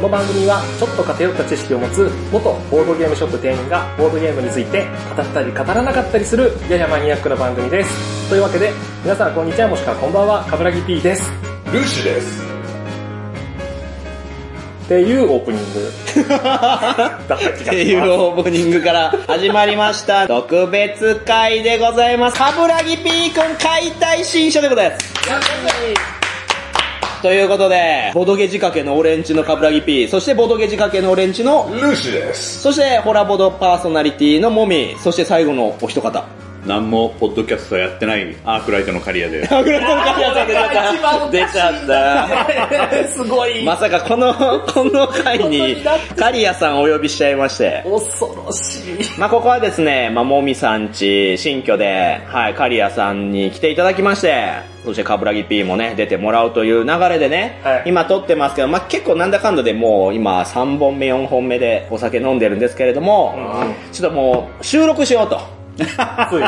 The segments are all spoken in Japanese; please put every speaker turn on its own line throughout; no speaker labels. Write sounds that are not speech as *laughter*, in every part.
の番組はちょっと偏った知識を持つ元ボードゲームショップ店員がボードゲームについて語ったり語らなかったりするややマニアックな番組ですというわけで皆さんこんにちはもしくはこんばんは冠城 P です
ルーシーです。
っていうオープニングだった気がし
っていう
ま
オープニングから始まりま *laughs* した。特別会でございます。カブラギ P 君解体新書でございます。ということで、ボドゲ仕掛けのオレンジのカブラギ P、そしてボドゲ仕掛けのオレンジの、
ルーシーです。
そしてホラボドパーソナリティのモミ、そして最後のお一 *laughs* 方。。
何もポッドキャストやってないアークライトの刈谷で
カブラギのカブラギ
一番おかしい
出ちゃった。 *laughs*
すすごい
まさかこの、この回に、カリアさんお呼びしちゃいまして。
恐ろしい
まあ、ここはですね、まあ、もみさんち、新居で、はい、カリアさんに来ていただきまして、そしてカブラギ P もね、出てもらうという流れでね、
はい
今撮ってますけど、まあ、結構なんだかんだでもう今3本目、4本目でお酒飲んでるんですけれども、
うんうん
ちょっともう収録しよう
*laughs*
と。
ついに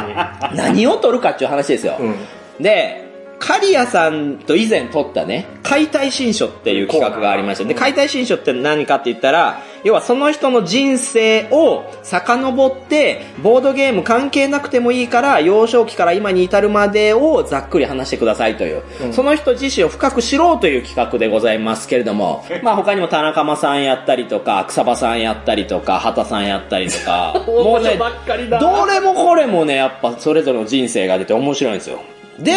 何を撮るかっていう話ですよ。
うん
で、カリアさんと以前撮ったね、解体新書っていう企画がありました。で、解体新書って何かって言ったら、要はその人の人生を遡って、ボードゲーム関係なくてもいいから、幼少期から今に至るまでをざっくり話してくださいという、その人自身を深く知ろうという企画でございますけれど *laughs* も、まあ他にも田中間さんやったりとか、草場さんやったりとか、畑さんやったりと *laughs* か、もうね、どれもこれもね、やっぱそれぞれの人生が出て面白いんですよ。で、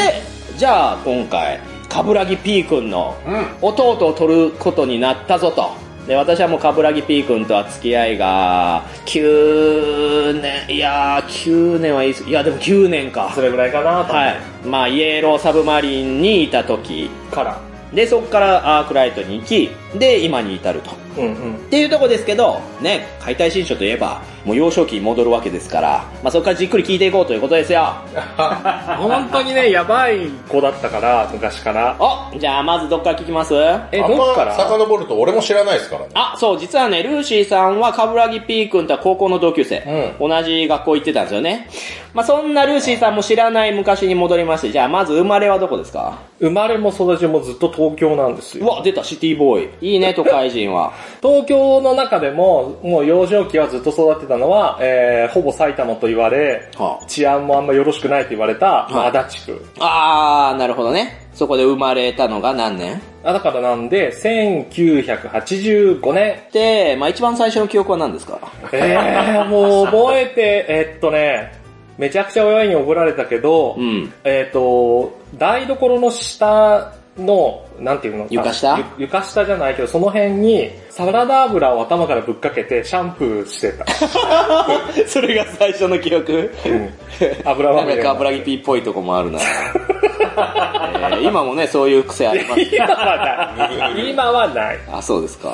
じゃあ今回、カブラギ P 君の弟を取ることになったぞと。で、私はもうカブラギ P 君とは付き合いが、9年、いやー、9年はいいです。いや、でも9年か
そ。れぐらいかなと思っ
はい。まあ、イエローサブマリンにいた時。
てから
で、そこからアークライトに行き、で、今に至ると。
うんうん
*laughs* っていうとこですけど、ね、解体新書といえば、もう幼少期に戻るわけですから、まあ、そこからじっくり聞いていこうということですよ。
本当にねやばい子だったから昔から
おじゃあまずどっから聞きます
え
あ
ど
ん
っか
ま
ら
遡ると俺も知らないですからね。
あ、そう、実はね、ルーシーさんは、カブラギ P 君とは高校の同級生。同じ学校行ってたんですよね。まあ、そんなルーシーさんも知らない昔に戻りまして、じゃあまず生まれはどこですか
生まれも育ちもずっと東京なんです
う
よ
わ、出た、シティボーイ。いいね、都会人は。
東京の中でも、もう幼少期はずっと育ってたのは、えー、ほぼ埼玉と言われ、
*laughs* は
治安もあんまよろしくないと言われた、まあ
はい
足立区。
あ、あー、なるほどね。そこで生まれたのが何年
あだからなんで、1985年。
で、まあ、一番最初の記憶は何ですか
えー、もう覚えて、えっとね、めちゃくちゃ親に怒られたけど、
うん。
えっ、と、台所の下の、なんていうの
床下
あゆ床下じゃないけど、その辺に、サラダ油を頭からぶっかけて、シャンプーしてた。
*laughs* それが最初の記憶
うん、 *laughs* 油ま
な
み
ん
れ
か
の
カブラギ P っぽいとこもあるな、 *laughs* えー今もね、そういう癖あ
*laughs*
ります。
今はない。今はない。
あ、そうですか。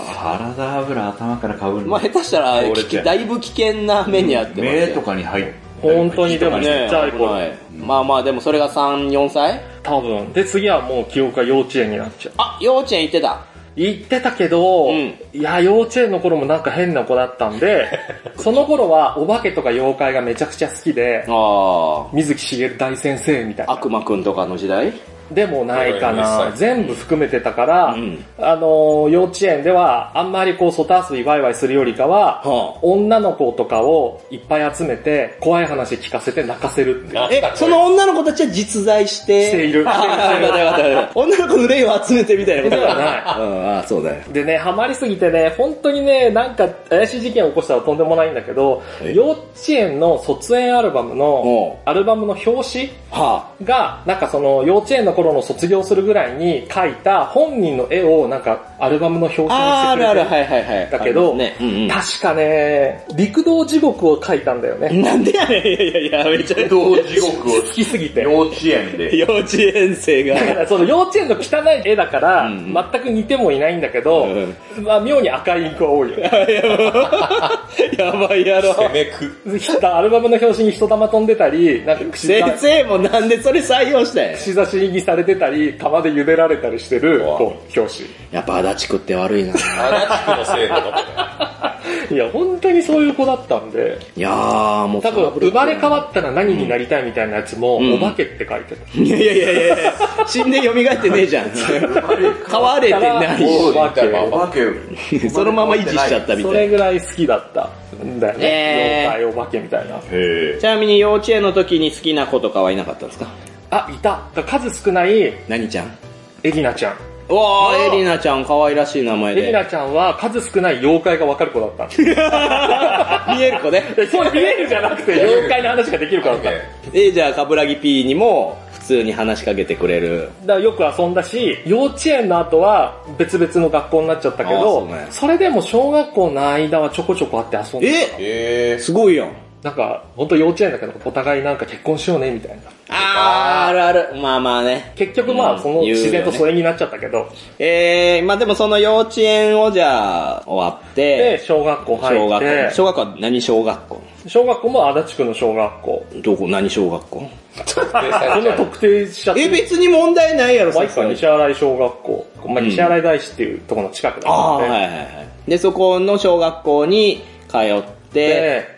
体油頭からかぶる
まあ下手したら、
俺
危
じ
険
ゃん
だいぶ危険な目にあってますよ
目とかに入る。
本当にでもち
ね
っちゃい
危
子、
ないまあまあ、でもそれが3、4歳
多分。で、次はもう記憶が幼稚園になっちゃう。
あ、幼稚園行ってた。
行ってたけど、
うん
いや、幼稚園の頃もなんか変な子だったんで、
*laughs*
その頃はお化けとか妖怪がめちゃくちゃ好きで、
あ
水木しげる大先生みたいな。
あ。悪魔くんとかの時代
でもないか
はい
な
は。い
全部含めてたから、
うん
あのー幼稚園ではあんまりこう、外遊びワイワイするよりかは、
は
女の子とかをいっぱい集めて、怖い話聞かせて泣かせるっていう。
え、その女の子たちは実在して。
している
*laughs* あーよかったよかった女の子の霊を集めてみたいなこと
で *laughs* はない
うん、あーそうだよ。
でね、ハマりすぎてね、本当にね、なんか怪しい事件を起こしたらとんでもないんだけど、
え
幼稚園の卒園アルバムの
お、
アルバムの表紙
は
が、なんかその幼稚園の頃の卒業するぐらいに描いた本人の絵をなんかアルバムの表紙
あ。
にし
あー、あ
てくれ
る
て
ある、はいはいはい。
だけど
ありますね、うんうん。
確かね、陸道地獄を描いたんだよね。
なんでやねん。いやいやいや、めちゃめち
同地獄を
好きすぎて。
幼稚園
ゃ
で。
幼稚園生が。
その幼稚園の汚い絵だから、
うん
全く似てもいないんだけど、まあ妙に赤いインクは多いよ *laughs* ね。
*laughs* やばいやろ。
攻めく。
アルバムの表紙に人玉飛んでたり、なんか串刺
先生もなんでそれ採用したんや
串刺しにされてたり、釜で茹でられたりしてる、
わ
こう、表紙。
*laughs* やっぱ足立区って悪いな。
足立区の制度だっ
いや、本当にそういう子だったんで、
いやー、もう。
多分生まれ変わったら何になりたいみたいなやつも、
ん
お化けって書い *laughs* てた。
いやいやいやいやいや死んで蘇ってねえじゃん。変われてない
お
し
化け
お化け、
そのまま維持しちゃったみ
そ
た
れ
い。
ぐらい好きだったんだよね。
えー
妖怪お化けみたいな。
へ
ちなみに幼稚園の時に好きな子とかはいなかったんですか
あ、いた。だから数少ないエ
何ちゃん
リナちゃん。
うわー、エリナちゃん可愛らしい名前
エリ
で。
ナちゃんは数少ない妖怪がわかる子だったんです。
見える子ね。
*laughs* そう見えるじゃなくて、妖怪の話ができる子だった。だか
え。
え、じゃあ、カブラギ P にも普通に話しかけてくれる。
らよく遊んだし、幼稚園の後は別々の学校になっちゃったけ
あーそ
ど、
うね
それでも小学校の間はちょこちょこ会って遊んでた。
え
すごいやん。
なんか、本当幼稚園だけど、お互いなんか結婚しようね、みたいな。
あー、あるある。まあまあね。
結局まあ、
うん
その
言うよね
自然と疎遠になっちゃったけど、
えー、まあでもその幼稚園をじゃあ、終わって、
で、小学校
小
入っ
学
て
校。、小学校は何小学校
小学校も足立区の小学校。
どこ、何小学校
ぇ
そんな特定しちゃって
え、
る。
別に問題ないやろ、
まあ、
さ
一
す
個
がに
西新井小学校。まあ、
うん
西新井大師っていうところの近くだ
ああ、
っ
は
た
い
ん
は
で、
いはい。で、そこの小学校に通って、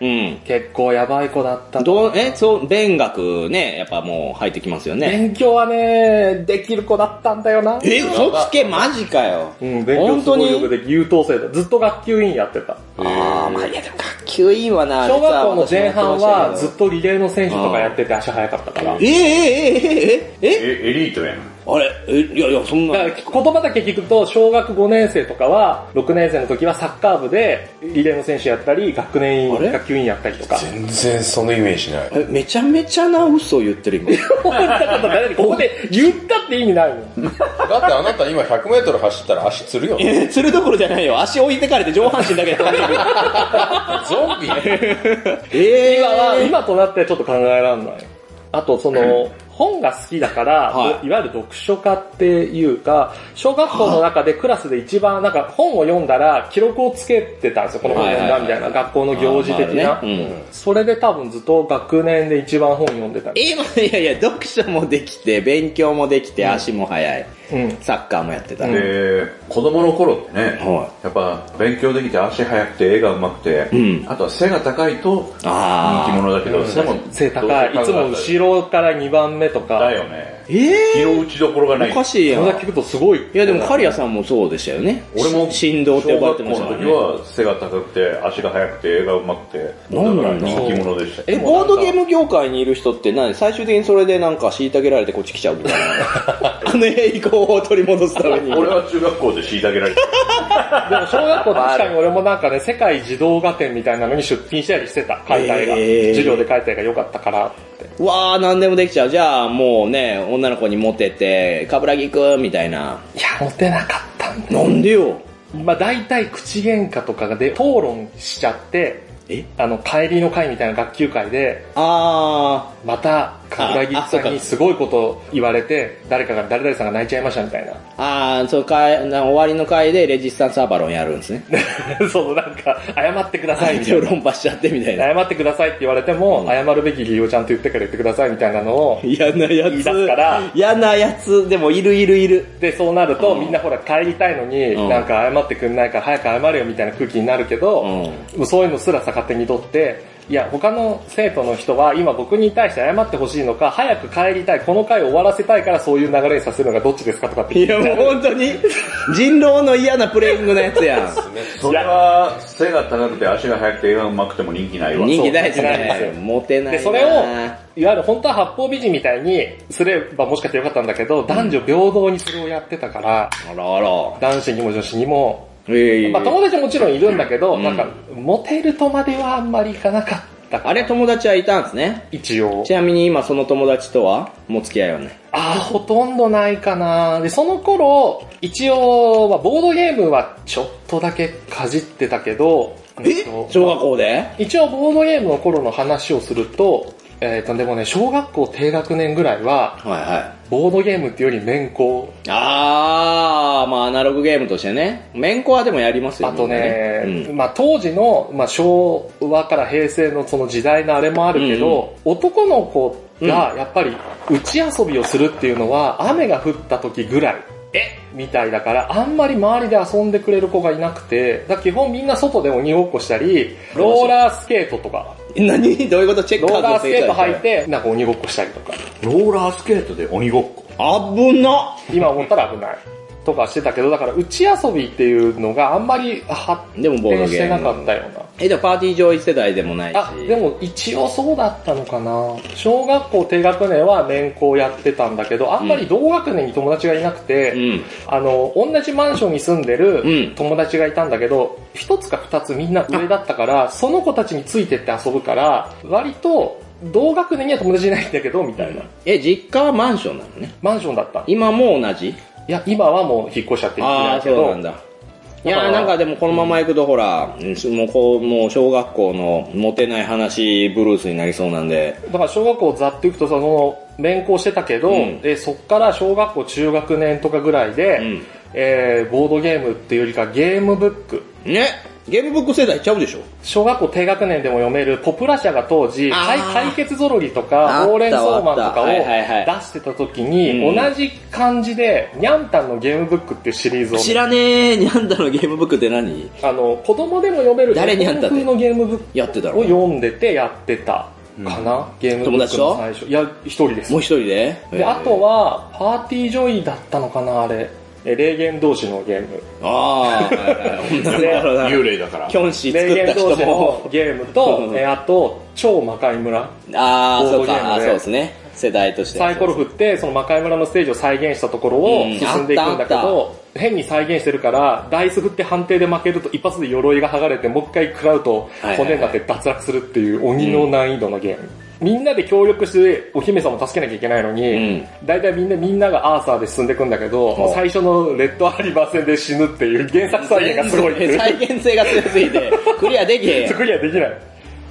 うん。
結構やばい子だった。
どう、え、そう、勉学ね、やっぱもう入ってきますよね。
勉強はね、できる子だったんだよな。
え、嘘つけ、マジかよ。
うん、勉強
本
す
当
ごい
に
よくでき優等生だ。ずっと学級委員やってた。
ああ、まあいや、でも学級委員はな、
小学校の前半は
実
ずっとリレーの選手とかやってて足早かったから。だ
私もやってましたけどええええええええ
え、エリートやん。
あれえ、いやいや、そんな。
から言葉だけ聞くと、小学5年生とかは、6年生の時はサッカー部でリレーの選手やったり、学年委
あれ
員、学級委員やったりとか。 *laughs*
全然そのイメージない。
えめちゃめちゃな嘘を言ってる今。
こんなこと誰にここで言ったって意味ないもん。
だってあなた今100メートル走ったら足つるよ。
え釣るどころじゃないよ。足置いてかれて上半身だけで飛んでくる。
ゾンビ
ええ
今は、今となってはちょっと考えられない。あと、その、本が好きだから、
はい
い、わゆる読書家っていうか、小学校の中でクラスで一番、なんか本を読んだら記録をつけてたんですよ、この本読んだみたいな、
はいはいはい
学校の行事的な、
あまあね
それで多分ずっと学年で一番本読んでた。
えまあいやいや、読書もできて、勉強もできて、足も速い。
うん
サッカーもやってた。
うん
で、子供の頃ってね、
は
やっぱ勉強できて足速くて絵が上手くて、
うん
あとは背が高いと人気
ああ。
者だけど、背も
背高い。いつも後ろから2番目とか
だ。よね。
ええ
気の打ちどころがない。
おかしいや
そ
ん。
れだけ聞
い
くとすごい。
やでも、カリアさんもそうでしたよね。
俺も
振動って呼ばれてまし
小
た
学
か
校
ら
の時
ね。
は背が高くて、足が速くて、絵が上手くて、
なんなんだ
だから人気者でした
え、
よ。
ボードゲーム業界にいる人って何最終的にそれでなんか虐げられてこっち来ちゃうみたい *laughs* な。あの栄光を取り戻すため *laughs* に。
俺は中学校で虐げられてた。
でも小学校確かに俺もなんかね、世界児童画展みたいなのに出品したりしてた、解体が。
へー
授業で解体が良かったからって。
わー、何でもできちゃう。じゃあ、もうね、女の子にモテて、カブラギくんみたいな。
いや、モテなかったんだ。
なんでよ。
まあ大体口喧嘩とかで討論しちゃって、
え
あの、帰りの会みたいな学級会で、
あ
また、冠城
ああそ
さ
うか
んにすごいこと言われて、誰かが、誰々さんが泣いちゃいましたみたいな。
ー、あー、そうかい、な終わりの回でレジスタンスアバロンやるんですね。
そのなん *laughs* か、謝ってくださいみた
一応
いな。
論破しちゃってみたいな。
謝ってくださいって言われても、謝るべき理由をちゃんと言ってから言ってくださいみたいなのを、
*laughs* 嫌なや
言い出
つ
すから。
嫌なやつ、でもいるいるいる。
で、そうなると、みんなほら帰りたいのに、
うん
なんか謝ってくんないから早く謝れよみたいな空気になるけど、
うん
もうそういうのすら逆手にとって、いや、他の生徒の人は今僕に対して謝ってほしいのか、早く帰りたい、この回を終わらせたいからそういう流れにさせるのがどっちですかとかって聞
い
いて
や、もう本当に、人狼の嫌なプレイングのやつやん。
それは、背が高くて、足が速くて、絵が上手くても人気ないわ。
人気ないです
そう人気ないで
ね。
す
モテな
で、
いな。
それを、いわゆる本当は八方美人みたいにすればもしかしてよかったんだけど、男女平等にそれをやってたから、
あらあら。
男子にも女子にも、
ええ
まあ友達もちろんいるんだけど、
うん
なんか、モテるとまではあんまりいかなかったから
あれ友達はいたんですね。
一応。
ちなみに今その友達とはもう付き合いはない。
ああ、ほとんどないかな。で、その頃、一応、まあ、ボードゲームはちょっとだけかじってたけど、えっと
小学校で
一応ボードゲームの頃の話をすると、えっ、と、でもね、小学校低学年ぐらいは、
はいは
ボードゲームっていうより面交。
い。あー、まあアナログゲームとしてね。面子はでもやりますよ
あとね、
みんなね
まあ当時の、まあ昭和から平成のその時代のあれもあるけど、男の子がやっぱり打ち遊びをするっていうのは、雨が降った時ぐらい。えみたいだから、あんまり周りで遊んでくれる子がいなくて、だから基本みんな外で鬼ごっこしたり、ローラースケートとか、
何 *laughs* どういうことチェッ
ロ
ク
ーラースケート
入
履い。て、なんか鬼ごっこしたりとか、
ローラースケートで鬼ごっこ。
危な
今思ったら危ない。とかしてたけど、だから、打ち遊びっていうのがあんまり発
でもボード
展し
ゲ
てな
ー
かっ
ム。
たような。
え、でもパーティー上位世代でもないし。
あ、でも一応そうだったのかな。小学校低学年は年功やってたんだけど、あんまり同学年に友達がいなくて、
うん。
あの、同じマンションに住んで
うん
る友達がいたんだけど、一、つか二つみんな上だったから、その子たちについてって遊ぶから、割と同学年には友達いないんだけど、みたいな。
え、実家はマンションなのね。
マンションだった。い
今も同じ
や、今はもう引っ越しちゃってるん
ああ
だ
ー、
け
そうな
ど
ん、だ。い
だから
やーなんかでもこのまま行くとほら、うんもうこう、もう小学校のモテない話ブルースになりそうなんで。
だから小学校ざっといくとその、連行してたけど、
うん
で、そっから小学校中学年とかぐらいで、
うん。
えー、ボードゲームっていうよりかゲームブック。
ねゲームブック世代ちゃうでしょ
小学校低学年でも読めるポプラ社が当時、
あー
解解決ぞろりと
あっ
か、
た
オーレンソーマンとかを
あったはいはいは
出してた時に、
うん
同じ感じで、にゃんたんのゲームブックっていうシリーズを、
知らねえ、にゃんだのゲームブックって何
あの、子供でも読める
誰にゃんたんって
日本風のゲームブック
やってた
を
のもう
読んでてやってたかな、ゲームブックの
友
最初。いや、一人です。
一人で
で、あと。は、パーティージョイだったのかな、あれ。え霊言同士のゲーム。
えーああ、なるほどな。
幽霊だから
キ。ョンシー
霊
作
言同
った人
士の
も。
ゲーム *laughs*
う
と
ん、
えあと、超魔界村。
ああ、
ボー
そう
ドゲームで
か、あーそうですね。世代として。
サイコロ振って、その魔界村のステージを再現したところを
うん
進んでいくんだけ
あった
ど、変に再現してるから、ダイス振って判定で負けると一発で鎧が剥がれて、もう一回食らうと
はいはいはい
骨になって脱落するっていう鬼の難易度のゲーム。みんなで協力してお姫様を助けなきゃいけないのに、だいたいみんな、みんながアーサーで進んでいくんだけど、
ほう
最初のレッドアリバー戦で死ぬっていう原作再現がすごいっていう。
再現性が強すぎて、クリアできへんやん
クリアできない。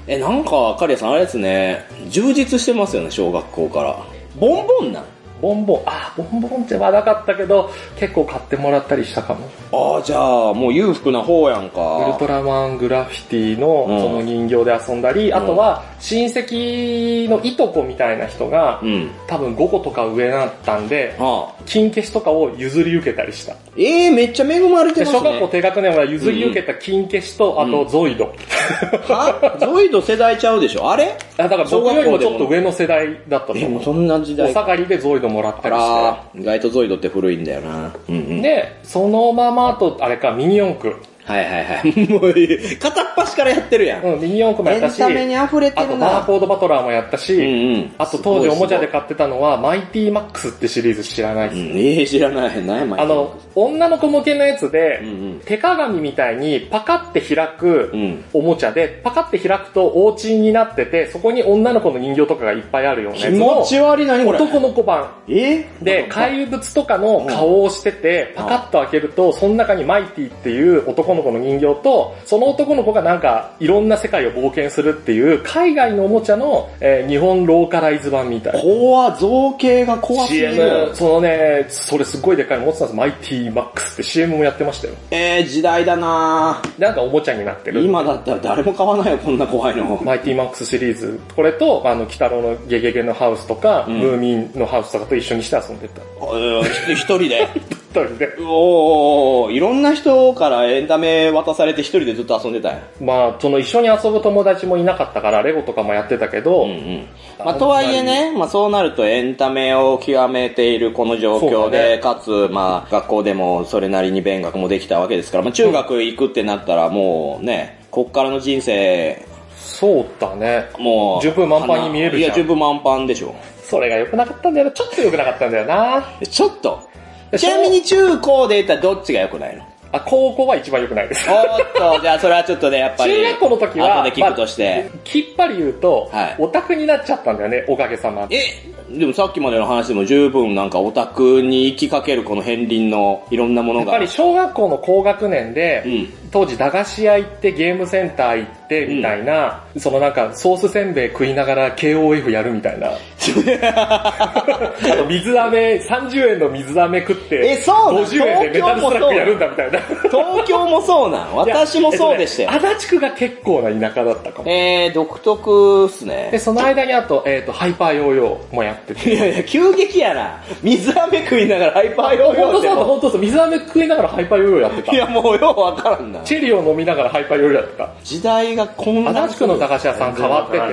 え、なんか、カリアさんあれですね、充実してますよね、小学校から。ボンボンなん
ボンボン、あー、ボンボンってはなかったけど、結構買ってもらったりしたかも。
ああ、じゃあ、もう裕福な方やん
ウル
か
ト。ラマングラフィティの
うん
その人形で遊んだり、あとは親戚のいとこみたいな人が、
うん。
多分5個とか上だったんで、
はあ。
金消しとかを譲り受けたりした。
ええめっちゃ恵まれて
で
ます
小
ね。
学校低学年は譲り受けた金消しと、あ
ん
とゾイド。
はゾイド世代ちゃうでしょあれ
あだから
小
僕
学校
より
でも
もちょっと上の世代だったと
で
思
も
う。
そんな時
お
代
下がりでゾイドもらった
か
りして。
ら、意外とゾイドって古いんだよな。うんうん。
で、そのままあと、あれか、ミニ四駆。
はいはいはい。もう、片っ端からやってるやん。
うん、ミニ四駆も
エ
やった
ン
し、
タメに
あ
溢れて
と
る
バー
な。
コードバトラーもやったし、
うんうん。
あと当時おもちゃで
か
買ってたのは、マイティマックスってシリーズ知らないです。
うん、ええ知らない。何や、前。
あの、女の子向けのやつで、
うんうん
手鏡みたいにパカって開く
うん
おもちゃで、パカって開くとお家になってて、そこに女の子の人形とかがいっぱいあるような
気
やつ
持
の、
ち悪いな、何これ。
男の子版。
え
で、怪物とかの顔をしてて、
う
パ
ん
カッと開けると、その中にマイティっていう男の子の人形と、その男の子がなんか、いろんな世界を冒険するっていう、海外のおもちゃの、えー日本ローカライズ版みたいな。
怖、造形が怖すぎる
CM、。そのね、それすっごいでっかいの持ってたんです。マイティマックスって CM もやってましたよ。
えー、時代だなぁ
でなんかおもちゃになってる。
今だったら誰も買わないよ、こんな怖いの。
*laughs* マイティマックスシリーズ。これと、あの、北郎のゲゲゲのハウスとか、
ん
ムーミンのハウスとかと一緒にして遊んでた。
うん一人で。
一人で。
おーおーおーいろんな人からエンタメ渡されて一人でずっと遊んでたよ。
まあ、その一緒に遊ぶ友達もいなかったから、レゴとかもやってたけど、
うんうん。まあ、とはいえね、まあ、そうなるとエンタメを極めているこの状
そ
況
うだ
で、
ね
かつ、まあ、学校でもそれなりに勉学もできたわけですから、まあ、中学行くってなったらもうね、こっからの人生、
そうだね。
もう、
十分満帆に見えるじゃん
いや、十分満帆でしょ。
それが良くなかったんだよな。ちょっと良くなかったんだよな。
ちょっと。
で
ちなみに中高で言ったらどっちが良くないの
あ、高校は一番良くないです。
おーっと、じゃあそれはちょっとね、やっぱり。
中学校の時は
後で聞くとして。
*laughs* きっぱり言うと、
はい
オタクになっちゃったんだよね、おかげさまで。
え、でもさっきまでの話でも十分なんかオタクに行きかけるこの片鱗のいろんなもの
やっ
が。
ぱり小学校の高学年で、
うん。
当時駄菓子屋行ってゲームセンター行ってみたいな、そのなんかソースせんべい食いながら KOF やるみた
*laughs*
いな。あと水飴、30円の水飴食って、
えそうなの
50円でメタルスラックやるんだみたいな。
東京もそ
*laughs*
うなん *laughs* 私もそうでしたよ
い。やえっとね足立区が結構な田舎だったかも。
えー、独特っす
で、 *laughs*
ね。
その間にあと、えっ、と、ハイパーヨーヨーもやって
い
て。
やいや、急激やな。水飴食いながらハイパーヨ
本
ーヨー
当
で
そうだ、
も。
本当そう。水飴食いながらハイパーヨーヨーやってた
い。や、もうようわからんな。
チェリーを飲みながらハイパーヨーヨーやってた。
時代がこんな。
足立区の駄菓子屋さん変わってて、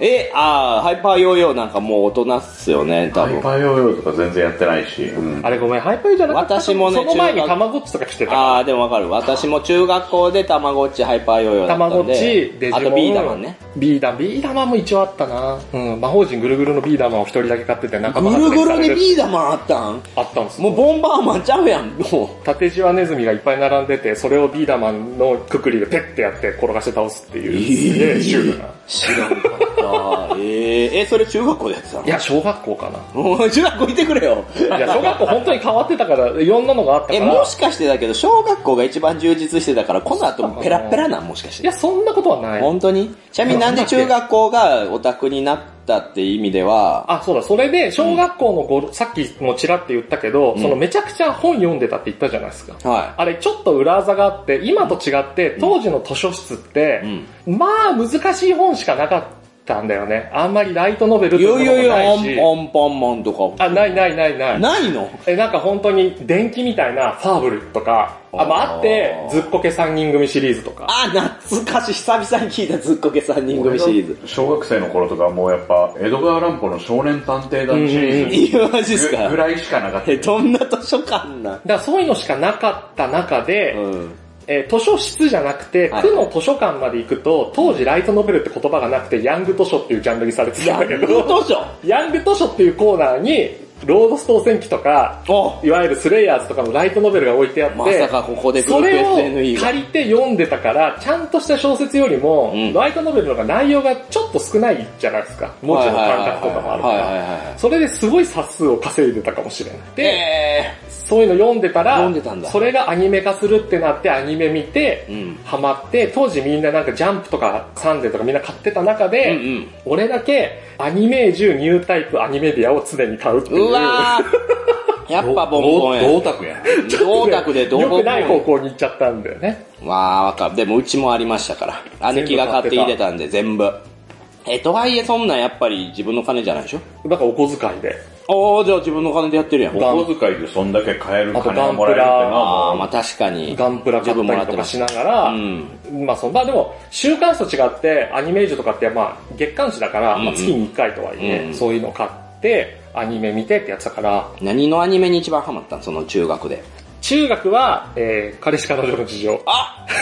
え、あー、ハイパーヨーヨーなんかもう大人っすよね、多
ハイ
分。
パーヨーヨーとか全然やってないし。うん。
あれごめん、ハイパーヨーヨーじゃなかった。
私もね
その前に
中学
たまごっちとかしてた。
あー、でもわかる。私も中学校でたまごっち、ハイパーヨーヨーだ
た
った
ま
ん
ご
で。
っち、デジモン。
あとビーダマンね。。
ビーダマン、ビーダマンも一応あったな。うん、魔法陣ぐるぐるのビーダマンを一人だけ買ってて仲間
ぐるぐるに
ー
ビーダマンあったん
あったんですよ
もうボンバーマンちゃうやん、も
縦じわネズミがいっぱい並んでて、それをビーダマンのくくりでペッてやって転がして倒すっていう、すげえシュールな。
う。知らんかった。えー、え、それ中学校でやってたの
いや、小学校かな。
もう中学校いてくれよ。
いや、小学校本当に変わってたから、いろんなのがあったから。
え、もしかしてだけど、小学校が一番充実してたから、この後ペラッペラなん、もしかし
い
て
や、。そんなことはない。
本当にちなみになんで中学校がオタクになったって意味では、
あ、そうだ、それで、小学校の頃、さっきもちらって言ったけど、そのめちゃくちゃ本読んでたって言ったじゃないですか。
は
あれ、ちょっと裏技があって、今と違って、当時の図書室って、まあ、難しい本しかなかったんだよね。あんまりライトノベル
い。
とかも
いやいやいや、
な
ア
いし。
ンアンパンマンとか。
あ、ないないないない。
ないの
え、なんか本当に電気みたいなファーブルとか、あ、まああって
あ、ー
ずっこけ3人組シリーズとか。
あ、懐かしい。久々に聞いたずっこけ3人組シリーズ。
小学生の頃とかもうやっぱ、江戸川乱歩の少年探偵団シリーズ
いや、マジっす
ぐ
か
ぐ
ら
いしかなかった
え、。どんな図書館なん
だからそういうのしかなかった中で、
うん。
えー図書室じゃなくて、
はい
区の図書館まで行くと、当時ライトノベルって言葉がなくて、ヤング図書っていうジャンルにされてたんだけ
ヤング
ど、
図書
ヤング図書っていうコーナーに、ロードス当選機とか、
お
いわゆるスレイヤーズとかのライトノベルが置いてあって、
まさかここでグル
それを
ープ SNE が。
借りて読んでたから、ちゃんとした小説よりも、
うん
ライトノベルの方が内容がちょっと少ないじゃないですか。文字の感覚とかもあるか
はいはい
ら。
はいはいはいはい。
それですごい冊数を稼いでたかもしれない。で、
え
そういうの読んでたら、
読んでたんだ
それがアニメ化するってなってアニメ見て、
ーうん。
ハマって、当時みんななんかジャンプとかサンデーとかみんな買ってた中
う
で、
ん
俺だけアニメージュニュータイプアニメディアを常に買うって
う
い
ん。
う。
うわーやっぱボンボンや。
同卓や。
同卓で同
良く
ボンボ
ない方
ン。
向に行っちゃったんだよね。
まあ、わかる。でもうちもありましたから。姉貴が買って入れたんで、全部。え、とはいえそんなんやっぱり自分の金じゃないでしょ
だからお小遣いで。
ああ、じゃあ自分の金でやってるやん。
お小遣いでそんだけ買える金がもらえるっての
ああ、
はも
まあ確かに。
ガンプラ買ったりとかしながら、
うん。
まあその、まあでも、週刊誌と違って、アニメージュとかって、まあ月刊誌だから、
うんうん
まあ月に1回とはいえ、
うん
そういうの買って、アニメ見てってやつだから、
何のアニメに一番ハマったんその中学で。
中学は、えー、彼氏彼女の事情。
あ *laughs*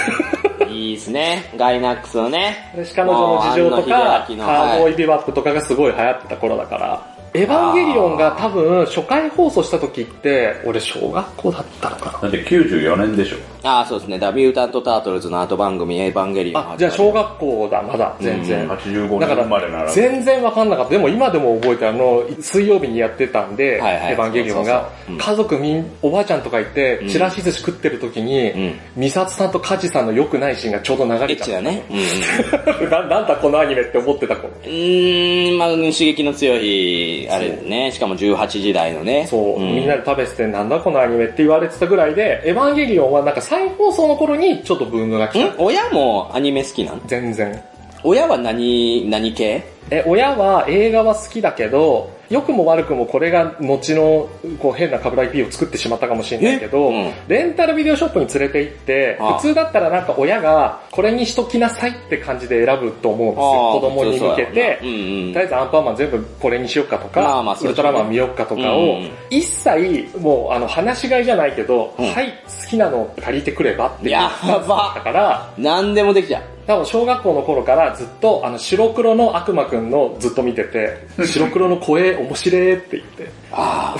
いいっすね。ガイナックスのね。
彼氏彼女の事情とか、カ
もう庵野秀明の
ーボーイビバップとかがすごい流行ってた頃だから、エヴァンゲリオンが多分初回放送した時って、俺小学校だったのかな
う。だって94年でしょ。
ああ、そうですね。ダミュータント・タートルズの後番組、エヴァンゲリオン。
あ、じゃあ小学校だ、まだ、全然。
85
だ
年
か
生まれな
ら、
ら。
全然わかんなかった。でも今でも覚えてる、あの、水曜日にやってたんで、
はいはい
エヴァンゲリオンが
そうそうそうう、ん
家族みん、おばあちゃんとかいて、
ん
チラシ寿司食ってる時に、
ん
美里さんとカジさんの良くないシーンがちょうど流
エ
れ
ッ
ちゃ
チ
っ
だね。うんうん。
た。 *laughs* ななんだこのアニメって思ってた頃。
うーん、まあ、刺激の強い、あれね。しかも18時代のね。
そう、
ん
みんなで食べててなんだこのアニメって言われてたぐらいで、エヴァンゲリオンはなんか再放送の頃にちょっとブームが来
ん
た。
親もアニメ好きなの
全然。
親は何、何系
え、親は映画は好きだけど、良くも悪くもこれが後のこう変なカブラ IP を作ってしまったかもしれないけど、
えうん
レンタルビデオショップに連れて行って、
ああ
普通だったらなんか親がこれにしときなさいって感じで選ぶと思うんですよ。子供に向けて
う、んうん
とりあえずアンパンマン全部これにしようかとか、
まあまあそう
ウル
でし
ト
ょうね
ラマン見ようかとか
うん
を、
うん
一切もうあの話し飼いじゃないけど、
うん
はい、好きなの借りてくればっていう
やば
だから、
何でもできちゃう。
多分小学校の頃からずっとあの白黒の悪魔くんのずっと見てて、
*laughs*
白黒の声面白いって言って。
ああ。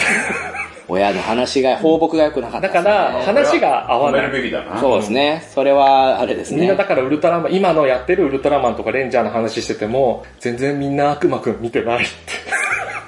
親の話が、放牧が良くなかった
だ
です
か
ね、
ら話が合わ
褒め
な
る
い。
べきだな。
そうですね。それは、あれですね。
みんなだからウルトラマン、今のやってるウルトラマンとかレンジャーの話してても、全然みんな悪魔くん見てないって。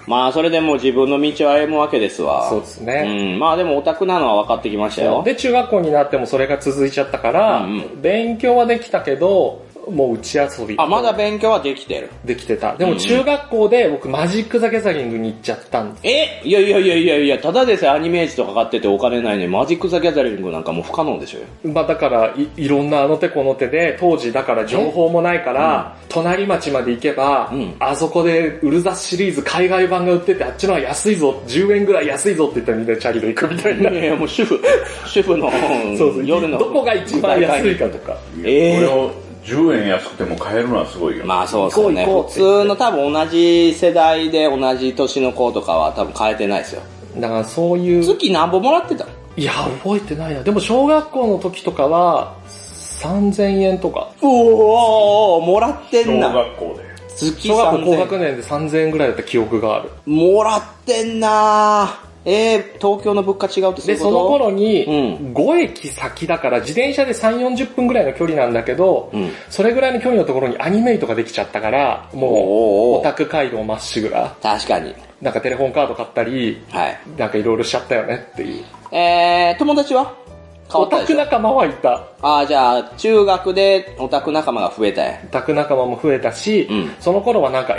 まあ、それでもう自分の道を歩むわけですわ。
そうですね。
うん、まあでもオタクなのは分かってきましたよ。
で、中学校になってもそれが続いちゃったから、
うんう
勉強はできたけど、もう打ち遊び。
あ、まだ勉強はできてる。
できてた。でも
うん
中学校で僕マジック・ザ・ギャザリングに行っちゃったんです。
えいやいやいやいやいや、ただでさえアニメージとか買っててお金ないのに、マジック・ザ・ギャザリングなんかもう不可能
*laughs*
でしょ。
まあだからい、いろんなあの手この手で、当時だから情報もないから、隣町まで行けば、
うん
あそこでウルザスシリーズ海外版が売ってて、あっちの方が安いぞ、10円ぐらい安いぞって言ったらみんなチャリで行くみたい
い
な。
やいや、もう主婦、主婦の
そうそう。
夜の。
どこが一番安いかとか。
えー
これを10円安くても買えるのはすごいよ。
まあそうですよね。
行こう行こう
普通の多分同じ世代で同じ年の子とかは多分変えてないですよ。
だからそういう。
月何本もらってたの
いや、覚えてないな。でも小学校の時とかは、3000円とか。
うおー、もらってん
小
な。
学校で。
月
小学校高
3000
学年で3000円ぐらいだった記憶がある。
もらってんなえー、東京の物価違うってそうい
で、
うこと
その頃に、
う
5駅先だから、自転車で3、40分ぐらいの距離なんだけど、
うん
それぐらいの距離のところにアニメイトができちゃったから、もう、
おー
オ
おー
タク街道まっしぐら。
確かに。
なんかテレフォンカード買ったり、
はい。
なんかいろいろしちゃったよねっていう。
えー、友達は変わ
オ
った
タ
で
ク
しょ
仲間はいた。
ああ、じゃあ、中学でオタク仲間が増えたんや。
オタク仲間も増えたし、
うん
その頃はなんか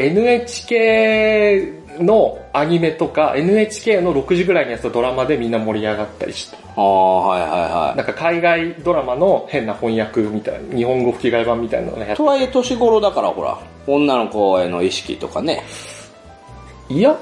NHK のアニメとか NHK の6時ぐらいにやってたドラマでみんな盛り上がったりして、
ああ、はいはいはい。
なんか海外ドラマの変な翻訳みたいな、日本語吹き替え版みたいなのやって
とはいえ年頃だからほら、女の子への意識とかね。
いや、
うえ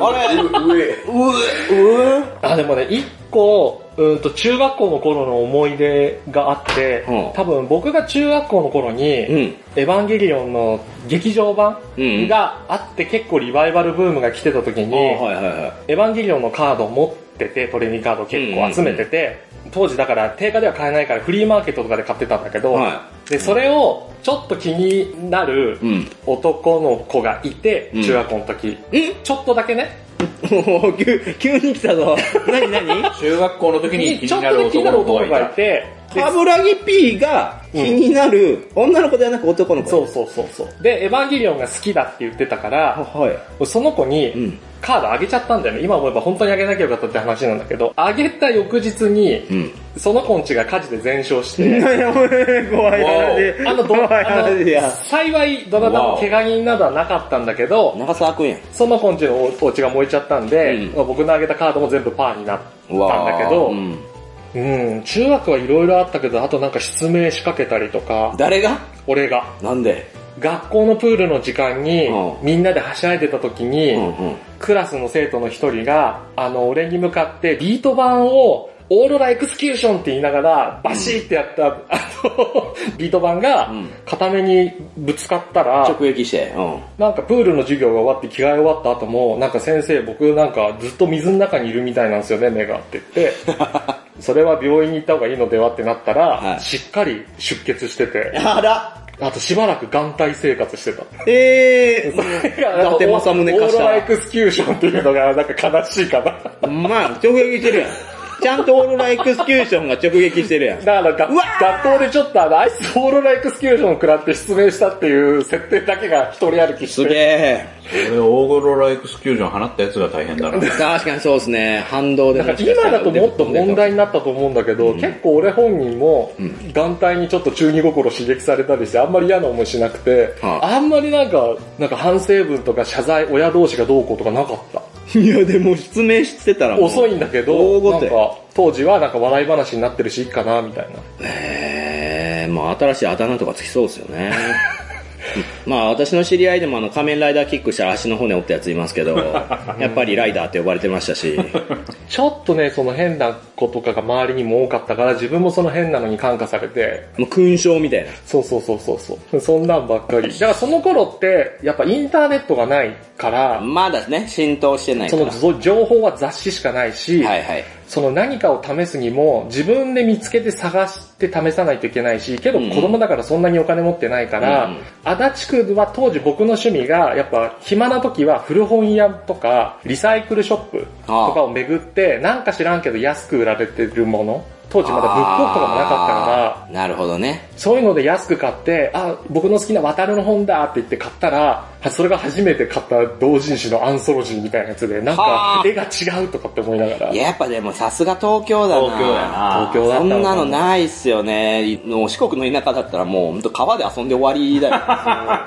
あれう
上。
えう
あ、でもね、一個、うんと中学校の頃の思い出があって、
うん
多分僕が中学校の頃に、
えうん。
エヴァンゲリオンの劇場版
うんうん
があって結構リバイバルブームが来てた時に、
いはいはい。
エヴァンゲリオンのカード持ってて、トレーニングカード結構集めてて、当時だから定価では買えないからフリーマーケットとかで買ってたんだけど、
は
で、それをちょっと気になる
い。うん。
男の子がいて、
うん
中学校の時、
え
ちょっとだけね、
もう急、急に来たぞ。なになに
中学校の時に気
ちょっ
に
と
な
だけ
る
気にな
男の
る
子が
男
い
がい
た。
て、で
カブラギ P が気になる、女の子ではなく男の子。
そうそうそうそう。で、エヴァンゲリオンが好きだって言ってたから、
はい。
その子に、
うん。
カードあげちゃったんだよね。今思えば本当にあげなきゃよかったって話なんだけど、あげた翌日に、
うん。
その子んちが火事で全焼して、
や、もう怖い話
あの、ど
*laughs* 怖い
あの
話や。
幸い、どなたも怪我人などはなかったんだけど、
長澤くんやん。
その子んちのお家が燃えちゃったんで、
うん
まあ僕のあげたカードも全部パーになったんだけど
う、ん。
うん、中学はいろいろあったけど、あとなんか失明しかけたりとか、
誰が
俺が、
なんで
学校のプールの時間に
う、ん
みんなではしゃいでた時に、
うん。
クラスの生徒の一人が、あの、俺に向かってビート板を、オーロラエクスキューションって言いながら、バシーってやった、あの、 *laughs* ビート板が
うん、
固めにぶつかったら、
直撃して。うん。
なんかプールの授業が終わって着替え終わった後も、なんか先生僕なんかずっと水の中にいるみたいなんですよね、目がって言
*laughs*
って、それは病院に行った方がいいのではってなったら、
はい
しっかり出血してて、
あら
あとしばらく眼帯生活してた。
ええ *laughs* 伊達政宗化
オー
し
ロ
た
ラエクスキューションっていうのがなんか悲しいかな。
ー、まあ、直撃してるやん。ちゃんとオーロラエクスキューションが直撃してるやん。
だからが
うわ
学校でちょっとあの、アイスオーロラエクスキューションを食らって失明したっていう設定だけが一人歩きして。
げ
これ、オーゴロラエクスキュージョン放ったやつが大変 *laughs* だな。
え。確かにそうですね。反動で
だか
も
ら
しかした
今
ら
だともっと問題になったと思うんだけど、結構俺本人も、眼帯にちょっと中二心刺激されたりして、あんまり嫌な思いしなくて、
は
あんまりなんか、なんか反省文とか謝罪、親同士がどうこうとかなかった。
いや、でも失明してたらもう
遅いんだけ
大
ど、
ご
なん
て。
か、当時はなんか笑い話になってるし、いいかな、みたいな。
ええー、まあ新しいあだ名とかつきそうですよね。 *laughs* まあ私の知り合いでもあの仮面ライダーキックしたら足の骨折ったやついま
*laughs*
すけど、やっぱりライダーって呼ばれてましたし。
ちょっとね、その変な子とかが周りにも多かったから、自分もその変なのに感化されて、
もう勲章みたいな。
そうそうそうそうそう。そんなんばっかり。だからその頃って、やっぱインターネットがないから、
まだね、浸透してないか
そ
ら。
のぞ情報は雑誌しかないし、
はいはい。
その何かを試すにも自分で見つけて探して試さないといけないし、けど
うん
子供だからそんなにお金持ってないから、
うんうん
足立区は当時僕の趣味が、やっぱ暇な時は古本屋とかリサイクルショップとかを巡って、なんか知らんけど安く売られてるもの、当時まだブックオフとかもなかったから、
あーなるほどね。
そういうので安く買って、あ、僕の好きな渡るの本だって言って買ったら、それが初めて買った同人誌のアンソロジーみたいなやつで、なんか
はあ
絵が違うとかって思いながら。
いややっぱでもさすが東京だな。
東京やな
東京だった
そ
のかなん
なのないっすよね。もう四国の田舎だったらもう本当川で遊んで終わりだ
*laughs*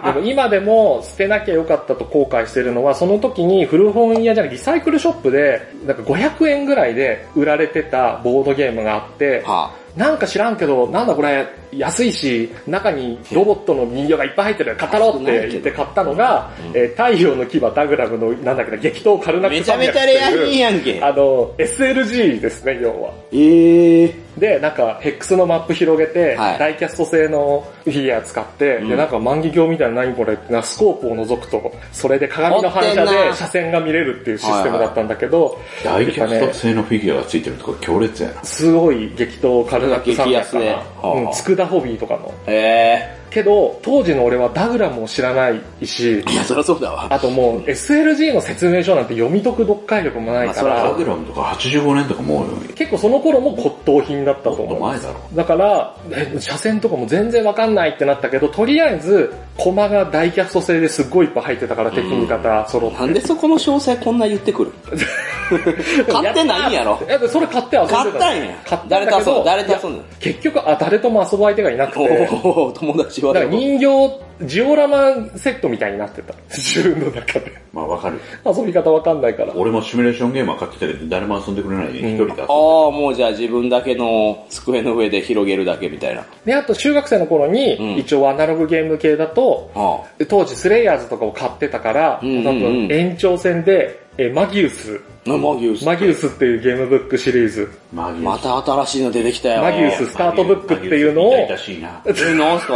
よ。
でも今でも捨てなきゃよかったと後悔してるのは、その時に古本屋じゃなくてリサイクルショップで、なんか500円ぐらいで売られてたボードゲームがあって、
は
なんか知らんけど、なんだこれ、安いし、中にロボットの人形がいっぱい入ってるから買ったろうって言って買ったのが、えー太陽の牙ダグラムの、なんだっけな、激闘カルナ
あ、
ック
めちゃめちゃレア品やんけ。
あの、SLG ですね、要は。
ええ
で、なんか、ヘックスのマップ広げて、
はい
ダイキャスト製のフィギュア使って、で、なんか万華鏡みたいな何これってな、スコープを覗くと、それで鏡の反射
持ってん
で
な
車線が見れるっていうシステムだったんだけど、
ダイキャ
やっ
ス
ぱ
ト
ね
製のフィギュアがついてるとこ強烈やな。
すごい激闘カルナックさんだった
激安で
な
はあはあ
うん、つくだホビーとかの。
ー。え
けど、当時の俺はダグラムを知らないし
え、いや、そりゃそうだわ。
あともう SLG の説明書なんて読み解く読解力もないか
まあそ
ら、
ら
ダグラムとか85年とかもう
結構その頃も骨董品だったと
もっと
思う。
前だろ。
だから、え車線とかも全然わかんないってなったけど、とりあえず、駒が大キャスト製ですっごいいっぱい入ってたから、敵味方揃って。
なんでそこの詳細こんな言ってくる
*laughs*
買ってないんやろ。
え、でそれ買って遊んでた
買ったんや。
買ったんだ
誰
け
と遊
ど
ぶ、誰と遊んだ
結局、あ、誰とも遊ぶ相手がいなくて、
おお友達は
だか
で
ら
も。
人形、ジオラマセットみたいになってた。自分の中で。
まあわかる。
遊び方わかんないから。
俺もシミュレーションゲームは買ってたけど、誰も遊んでくれないで、一人で遊んで
ああ、もうじゃあ自分だけの机の上で広げるだけみたいな。
で、あと中学生の頃に、
うん
一応アナログゲーム系だと、
は
当時スレイヤーズとかを買ってたから、
うんうんうん
多分延長戦で、えマギウス、
あ。なマギウス。
マギウスっていうゲームブックシリーズ、
マギウス。
また新しいの出てきたよ。
マギウススタートブックっていうのを
マギウス痛々しいな。
え、なんすか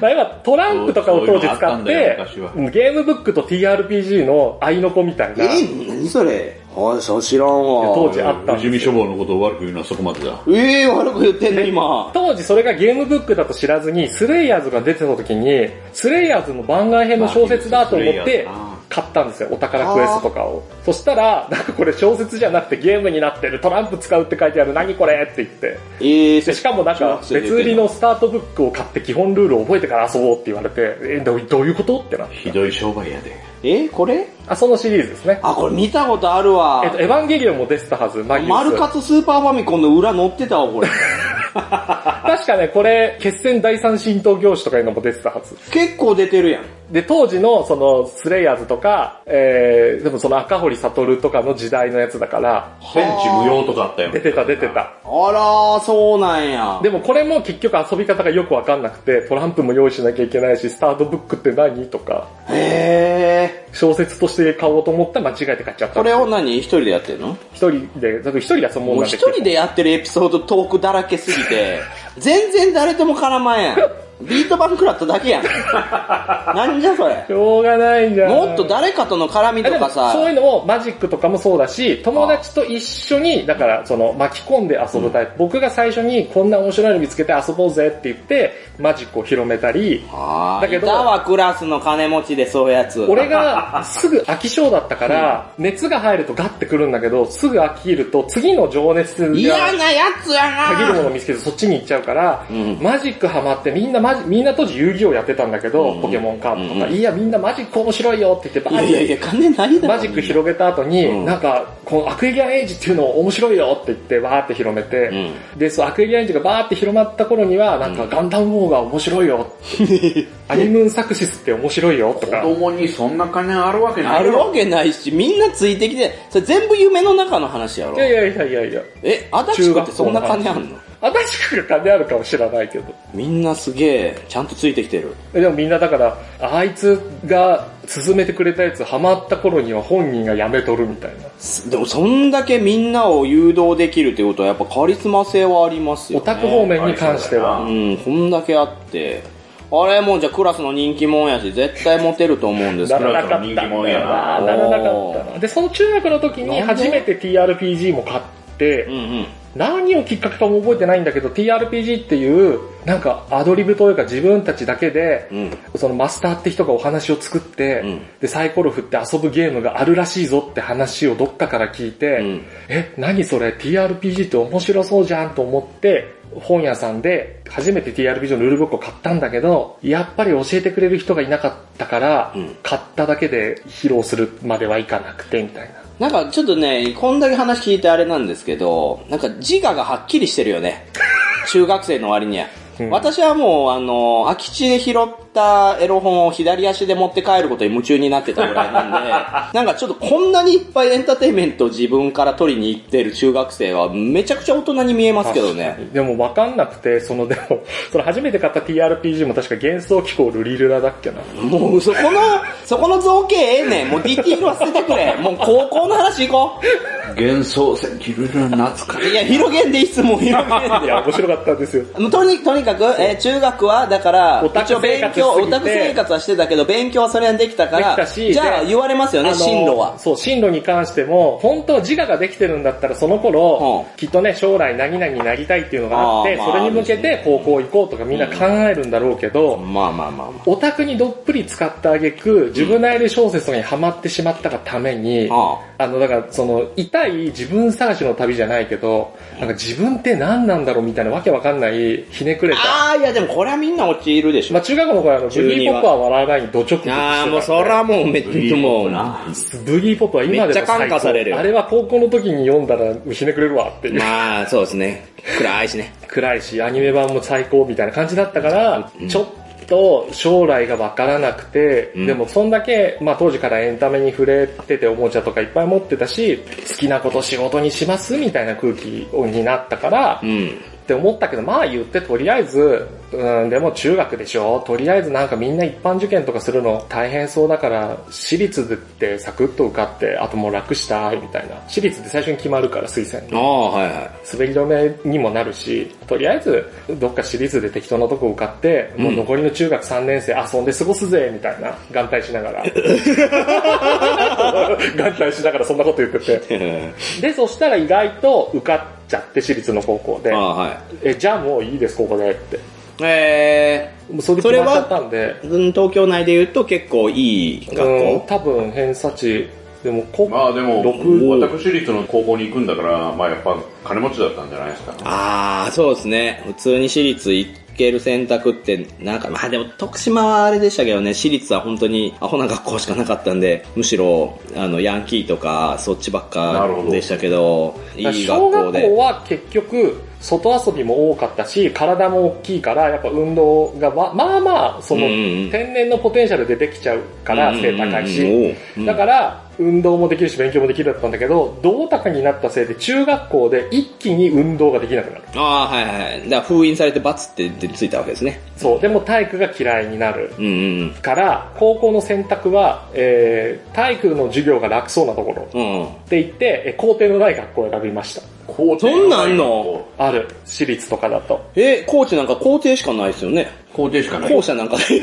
まあ、今トランプとかを当時
そうそういうのあ
使
った
っ
んだ
て
よ昔は、
ゲームブックと TRPG の合いの子みたいな、
え、何それはい、そう知らん
当
わ。
時あったん
藤
で
見
すよ
処方のことを悪く言うのはそこまでだ。
ええ悪く言ってんの今。
当時それがゲームブックだと知らずに、スレイヤーズが出てた時に、スレイヤーズの番外編の小説だと思っ
マギウススレ
て
イヤーズな、
買ったんですよ、お宝クエストとかを。そしたら、なんかこれ小説じゃなくてゲームになってる、トランプ使うって書いてある、何これって言って。
ええー、
で、しかもなんか、別売りのスタートブックを買って基本ルールを覚えてから遊ぼうって言われて、え、どうどういうことってなっ
ひどい商売やで。
えこれ
た。あ、そのシリーズですね。
あ、これ見たことあるわ。
えっと、エヴァンゲリオンも出てたはず、マギウス。
マルカツスーパーファミコンの裏乗ってた
*laughs*
わ、これ。
確かね、これ、決戦第三神道業種とかいうのも出てたはず。
結構出てるやん。
で、当時の、その、スレイヤーズとか、えー、でもその赤堀悟とかの時代のやつだから、
ベンチ無用とかあったよ。
出てた出て。た。
あらー、そうなんや。
でもこれも結局遊び方がよくわかんなくて、トランプも用意しなきゃいけないし、スタートブックって何とか、
へえ。
小説として買おうと思ったら間違えて買っちゃった。
これを何一人でやってんの
一人で、だから一人で遊ぶもん
もう
なん
一
で
人でやってるエピソードトークだらけすぎ
*laughs*
て、全然誰とも絡まんやん。ビート板食らっただ
*laughs*
けやん。何じゃそれ。
しょうがないじゃん。
もっと誰かとの絡み
あ
と
でも
かさ、
そういうのもマジックとかもそうだし、友達と一緒に、だからその巻き込んで遊ぶタイプ。僕が最初にこんな面白いの見つけて遊ぼうぜって言って、マジックを広めたり、
あ
だ
だ
けど
けど。いたわ、クラスの金持ちでそういうやつ。
俺がすぐ飽き性だったから、熱が入るとガッてくるんだけど、すぐ飽きると次の情熱
嫌
が
なやつや
限るも
な
の見つけてそっちに行っちゃうから、
うん
マジックハマってみんなマジ、みんな当時遊戯王やってたんだけど、
うん
ポケモンカードとか、
うん
いやみんなマジック面白いよって言ってバー
いや
っ
いやい
て
や、金ないだろ。
マジック広げた後に、
うん
なんか、このアクエリアンエイジっていうの面白いよって言って、わーって広めて、
う
で、そう、アクエリアンエイジがバーって広まった頃には、なんか、ガンダムウォーが面白いよって、
*laughs*
アニムーンサクシスって面白いよと
子
か、
供にそんな金あるわけない
あるわけないし、みんなついてきて、それ全部夢の中の話やろ
い。やいやいやいやいや、
え、アタチクってそんな金あんの
私くが金あるかもしれないけど。
みんなすげえ、ちゃんとついてきてる。
でもみんなだから、あいつが勧めてくれたやつハマった頃には本人がやめとるみたいな。
すでもそんだけみんなを誘導できるってことはやっぱカリスマ性はありますよ、
オ
ね。
タク方面に関しては。
うん、こんだけあって。あれもうじゃあクラスの人気者やし、絶対モテると思うんです
な
けど。
らなかったんだよな。ならなかったな。で、その中学の時に初めて TRPG も買って、
うんうん。
何をきっかけかも覚えてないんだけど、TRPG っていう、なんかアドリブというか自分たちだけで、
うん。
そのマスターって人がお話を作って、
うん
で、サイコロ振って遊ぶゲームがあるらしいぞって話をどっかから聞いて、
うん
え、何それ ?TRPG って面白そうじゃんと思って、本屋さんで初めて TRPG のルールブックを買ったんだけど、やっぱり教えてくれる人がいなかったから、
うん
買っただけで披露するまではいかなくて、みたいな。
なんかちょっとね、こんだけ話聞いてあれなんですけど、なんか自我がはっきりしてる
*laughs*
よね。中学生の割には。
うん
私はもう、あの、空き地で拾ったエロ本を左足で持って帰ることに夢中になってたぐら
*laughs*
いなんで、なんかちょっとこんなにいっぱいエンターテインメントを自分から取りに行ってる中学生はめちゃくちゃ大人に見えますけどね。
でも分かんなくて、そのでも、その初めて買った TRPG も確か幻想機構ルリルラだっけな。
もうそこの、そこの造形ええねん。もうディティールは捨ててくれ。もう高校の話行こ
幻想戦、キルル懐か
う。いや、広げんでいいっす、もう広げんで。
いや、面白かったんですよ。
もうとにとにかく、えー中学は、だから、
オタク
一応
生活
勉強、
すぎ
オ
て
タク生活はしてたけど、勉強はそれはできたか
で
ら、
きたし
じゃあ
で
言われますよね、
あの
進路は。
そう、進路に関しても、本当自我ができてるんだったらその頃、きっとね、将来何々になりたいっていうのがあって、
あーまあ
それに向けて高校行こうとかみんな考えるんだろうけど、
まあまあまあま
オタクにどっぷり使ったあげく、ジュブナイル小説にハマってしまったがために、
あ
あの、だから、その、痛い自分探しの旅じゃないけど、なんか自分って何なんだろうみたいなわけわかんない、ひねくれた。
あ。あーいやでもこれはみんな陥るでしょ。
まあ中学の頃あの、ブギーポップは笑わないにド直撃してたんで
ああ、もうそれはもうめっちゃもうな。
ブギーポップは今でも最高
めっちゃ感化されるよ
あれは高校の時に読んだらひねくれるわっていう。
*laughs* まあ、そうですね。暗いしね。
暗いし、アニメ版も最高みたいな感じだったから、ちょっと将来がわからなくて、
ん
でもそんだけ、まあ当時からエンタメに触れてておもちゃとかいっぱい持ってたし、好きなこと仕事にしますみたいな空気になったから、
うん。
って思ったけど、まあ言ってとりあえず、うん、でも中学でしょとりあえずなんかみんな一般受験とかするの大変そうだから、私立でってサクッと受かって、あともう楽したいみたいな。私立って最初に決まるから推薦。
ああ、はい *laughs* はい。
滑り止めにもなるし、とりあえずどっか私立で適当なとこ受かって、もう残りの中学3年生遊んで過ごすぜみたいな、眼帯しながら。 *laughs* 眼帯しながらそんなこと言ってて。で、そしたら意外と受かっちゃって、私立の高校で
あ。あ、はい。
え、じゃあもういいです、ここでって。
え
もうそれで
それ
決
は
まっちゃったんで、
ー、うん東京内で言うと結構いい学
うん
校。
多分偏差値、でもこ、
まあでも、
六
私立の高校に行くんだから、まあやっぱ金持ちだったんじゃないですか。
ああ、そうですね。普通に私立行ける選択って、なんか、まあでも徳島はあれでしたけどね、私立は本当にアホな学校しかなかったんで、むしろ、あの、ヤンキーとか、そっちばっ
な
か
るほど
でしたけど、いい学
小
校
学校
で。
は結局、外遊びも多かったし、体も大きいから、やっぱ運動がま、まあまあ、その、
うんうんうん
天然のポテンシャルでできちゃうから、背高い
うんうん
し。
うん
だから、運動もできるし、勉強もできるだったんだけど、銅高になったせいで、中学校で一気に運動ができなくなる。
ああ、はいはいはい。だから封印されて罰ってついたわけですね。
そう。でも体育が嫌いになる。
うんうん
から、高校の選択は、えー、体育の授業が楽そうなところっ
うん。うん。
て言って、えー校庭のない学校を選びました。
高
そんなんの
ある、私立とかだと。
え、高知なんか校庭しかないですよね。
校庭しかない。
校
あ
舎なんかない。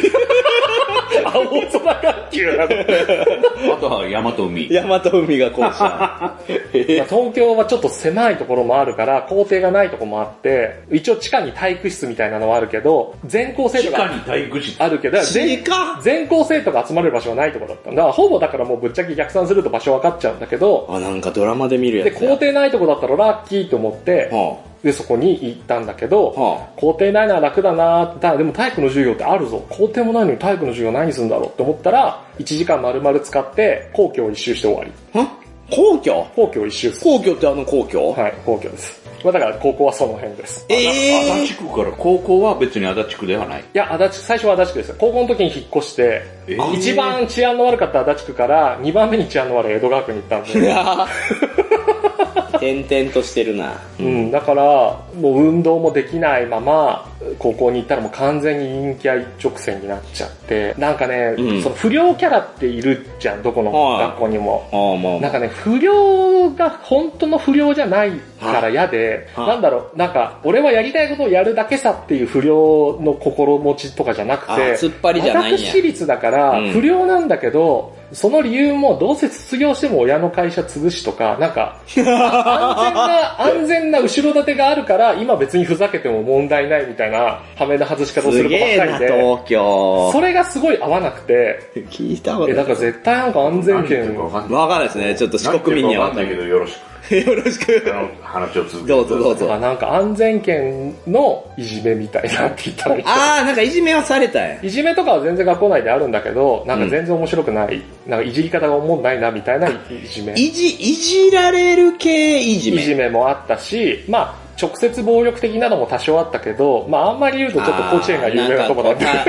青空学級 *laughs* なの。
とは山と海。
*laughs* 山と海が校
*laughs*
ま
舎。
あ東京はちょっと狭いところもあるから、校庭がないとこもあって、一応地下に体育室みたいなのはあるけど、全校生
地
徒
下
が
に体育室。
あるけど、全
地下
全校生徒が集まれる場所がないところだったんだ。だからほぼだからもうぶっちゃけ逆算すると場所分かっちゃうんだけど、
あ、なんかドラマで見るや
で、
つ
校
だ。
庭ないとこだったらラッキーと思って、
は
で、そこに行ったんだけど、
あ、は
校庭ないなら楽だなーってただでも体育の授業ってあるぞ。校庭もないのに体育の授業何するんだろうって思ったら、1時間丸々使って、皇居を一周して終わり。
あ。は皇居
皇居を一周す
皇居ってあの皇居、
る。はい、皇居です。まあだから高校はその辺です。い
え
足立区から高校は別に足立区ではない。
や、足立、最初は足立区ですよ。高校の時に引っ越して、
えー
一番治安の悪かった足立区から、2番目に治安の悪い江戸川区に行ったんで。
ー、点々としてるな。
うん、だから、もう運動もできないまま、高校に行ったらもう完全に陰キャ一直線になっちゃって、なんかね、
うん
その不良キャラっているじゃん、どこの
はい
学校にも。
ああ、まあ
なんかね、不良が本当の不良じゃないから嫌で、
はい
なんだろう、なんか、俺はやりたいことをやるだけさっていう不良の心持ちとかじゃなく
あ
て、
突っ張りじゃないんや
私立だから
うん、
不良なんだけど、その理由も、どうせ卒業しても親の会社潰しとか、なんか、安全な、安全な後ろ盾があるから、今別にふざけても問題ないみたいな、はめの外し方をす
す
る子ば
げえ
っ
な、
かりで、
東京。
それがすごい合わなくて、
聞いたこ
え、
と
だ
ない
から絶対なんか安全圏、
わかんない。
わかんないですね。ちょっと四国民には
わかんないけど、よろし
ど。よろし
く。
く。
あの話を続けて。
どうぞどうぞ。
なんか安全圏のいじめみたいなって言ったらいい
あー、なんかいじめはされたんや。
いじめとかは全然学校内であるんだけど、なんか全然面白くない、なんかいじり方がおもんないなみたいないじめ。い
いじ、いじられる系いじめ。
じめもあったし、まあ、直接暴力的なのも多少あったけど、まああんまり言うとちょっと甲子園が有名なとこなんで、
あーなん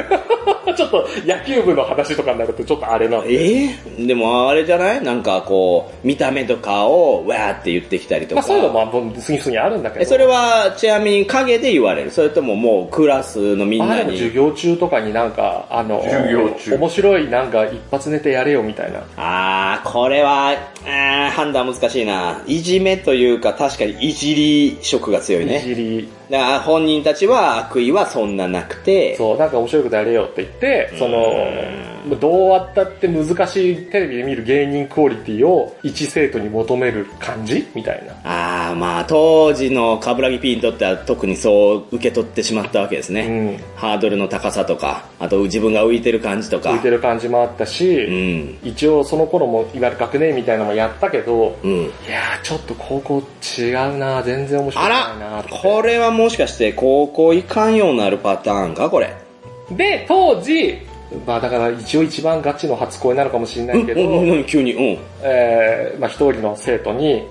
か
ちょっと野球部の話とかになるとちょっとあれなんで。
えーでもあれじゃないなんかこう、見た目とかを、わーって言ってきたりとか。
まあそういうのもまあ、すぎすぎあるんだけ
え
ど。
それは、ちなみに影で言われるそれとももうクラスのみん
あ
な
でも授
に。
業中とかになんか、あの、
授業中
面白いなんか一発ネタやれよみたいな。
あー、これは、あー判断難しいな。いじめというか、確かにいじり色が強い
い
ね。
じり
だから本人たちは悪意はそんななくて、
そう、なんか面白いことやれよって言って、その、どうあったって難しいテレビで見る芸人クオリティを一生徒に求める感じみたいな。
あーまあ当時のカブラギ P にとっては特にそう受け取ってしまったわけですね。
うん
ハードルの高さとか、あと自分が浮いてる感じとか。
浮いてる感じもあったし、
うん。
一応その頃もいわゆる学年みたいなのもやったけど、
うん。
いやーちょっと高校違うな全然面白
あ
くないな
ら
って
これはもしかして高校行かんようになるパターンかこれ。
で、当時、まあだから一応一番ガチの初恋なのかもしれな
うん、
いうけど、
ん、うん、急に、うん。
えー、まあ一人の生徒に、